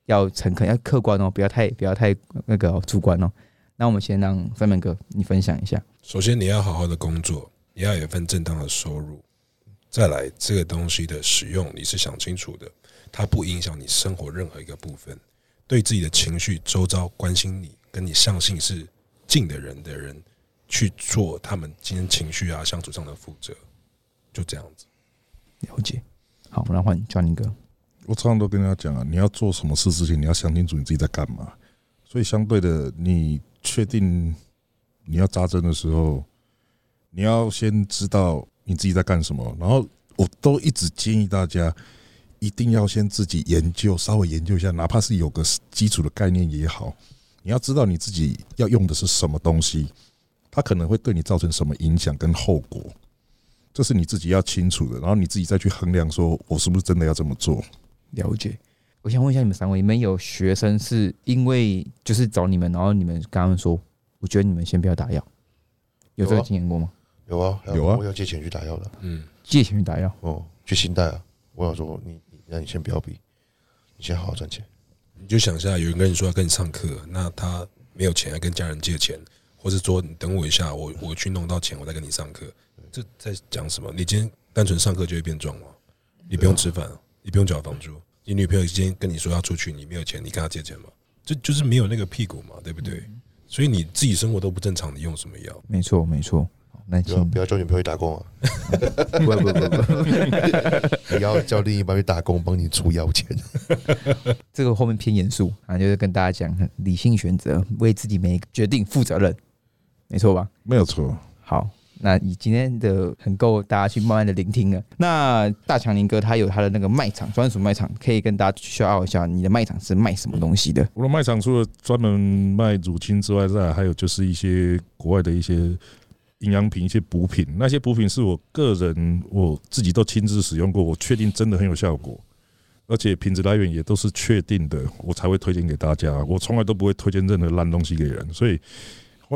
Speaker 1: 要诚恳，要客观哦，不要太不要太那个哦、主观哦。那我们先让三门哥你分享一下。
Speaker 4: 首先，你要好好的工作，你要有一份正当的收入。再来，这个东西的使用你是想清楚的，它不影响你生活任何一个部分。对自己的情绪、周遭关心你、跟你相信是近的人的人，去做他们今天情绪啊、相处上的负责，就这样子。
Speaker 1: 了解。好，我们来换 Johnny 哥。
Speaker 3: 我常常都跟大家讲啊，你要做什么事之前，你要想清楚你自己在干嘛。所以相对的，你确定你要扎针的时候，你要先知道你自己在干什么。然后我都一直建议大家，一定要先自己研究，稍微研究一下，哪怕是有个基础的概念也好，你要知道你自己要用的是什么东西，它可能会对你造成什么影响跟后果。这是你自己要清楚的，然后你自己再去衡量，说我是不是真的要这么做。
Speaker 1: 了解。我想问一下你们三位，你们有学生是因为就是找你们，然后你们跟他们说，我觉得你们先不要打药，有这
Speaker 2: 有
Speaker 1: 个
Speaker 2: 啊
Speaker 1: 经验过吗？
Speaker 2: 有啊，还
Speaker 3: 有啊
Speaker 2: 我要借钱去打药的，
Speaker 4: 嗯，
Speaker 1: 借钱去打药，
Speaker 2: 哦，去信贷啊，我想说你，你那你先不要比，你先好好赚钱，
Speaker 4: 你就想一下，有人跟你说要跟你上课，那他没有钱，要跟家人借钱，或是说你等我一下，我我去弄到钱，我再跟你上课，这在讲什么？你今天单纯上课就会变壮吗？你不用吃饭，啊你不用缴房租，你女朋友今天跟你说要出去，你没有钱，你跟她借钱吗？这就是没有那个屁股嘛，对不对？所以你自己生活都不正常，你用什么药？
Speaker 1: 没错，没错。好那
Speaker 2: 不要
Speaker 1: 请
Speaker 2: 不要叫女朋友去打工啊！
Speaker 1: 不不不不不，
Speaker 2: 你要叫另一半去打工，帮你出药钱。
Speaker 1: 这个后面偏严肃，啊，就是跟大家讲，理性选择，为自己每一个决定负责任，没错吧？
Speaker 3: 没有错。
Speaker 1: 好，那以今天的很够大家去慢慢的聆听了。那大强林哥他有他的那个卖场专属卖场，可以跟大家去 shout out 一下，你的卖场是卖什么东西的？
Speaker 3: 我的卖场除了专门卖乳清之外，再来还有就是一些国外的一些营养品、一些补品。那些补品是我个人我自己都亲自使用过，我确定真的很有效果，而且品质来源也都是确定的，我才会推荐给大家。我从来都不会推荐任何烂东西给人，所以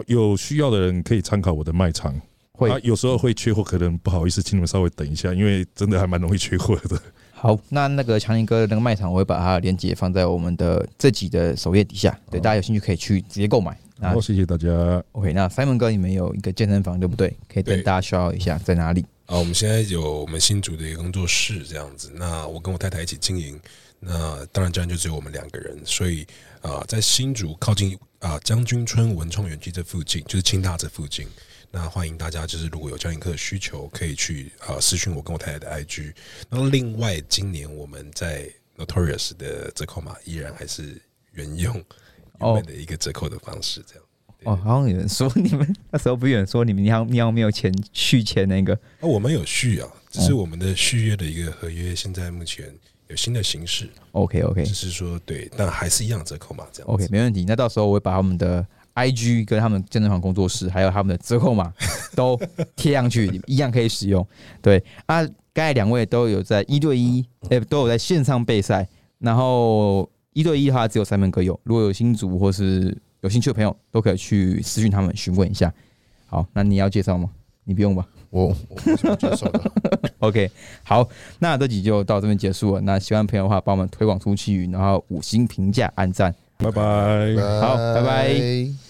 Speaker 3: 有需要的人可以参考我的卖场。
Speaker 1: 会
Speaker 3: 啊，有时候会缺货，可能不好意思，请你们稍微等一下，因为真的还蛮容易缺货的。
Speaker 1: 好，那那个强林哥的那个卖场，我会把它的链接放在我们的这集的首页底下，对大家有兴趣可以去直接购买。那
Speaker 3: 好，谢谢大家。
Speaker 1: OK，那 Simon 哥你们有一个健身房对不对？可以跟
Speaker 4: 对
Speaker 1: 大家 shout out 一下在哪里？
Speaker 4: 啊，我们现在有我们新竹的一个工作室这样子。那我跟我太太一起经营，那当然这样就只有我们两个人，所以啊、在新竹靠近啊将军村文创园区这附近，就是清大这附近。那欢迎大家，就是如果有教练课的需求，可以去啊、私讯我跟我太太的 IG。那另外，今年我们在 Notorious 的折扣码依然还是原用原本的一个折扣的方式，这样。
Speaker 1: 哦，好像有人说你们 那时候不是有人说你们你好你好像没有钱续签那个，
Speaker 4: 啊，我们有续啊，只是我们的续约的一个合约，现在目前有新的形式。
Speaker 1: OK OK
Speaker 4: 就是说对，但还是一样折扣嘛，这样子
Speaker 1: OK 没问题，那到时候我会把他们的 IG 跟他们健身房工作室还有他们的折扣码都贴上去，一样可以使用。对啊，刚才两位都有在一对一，哎、都有在线上备赛，然后一对一的话只有三门哥有，如果有新组或是有兴趣的朋友，都可以去私讯他们询问一下。好，那你要介绍吗？你不用吧。
Speaker 2: 我我我怎么接 受的？
Speaker 1: OK，好，那这集就到这边结束了。那喜欢的朋友的话，帮我们推广出去，然后五星评价、按赞。
Speaker 3: 拜拜。
Speaker 1: 好拜拜
Speaker 2: 拜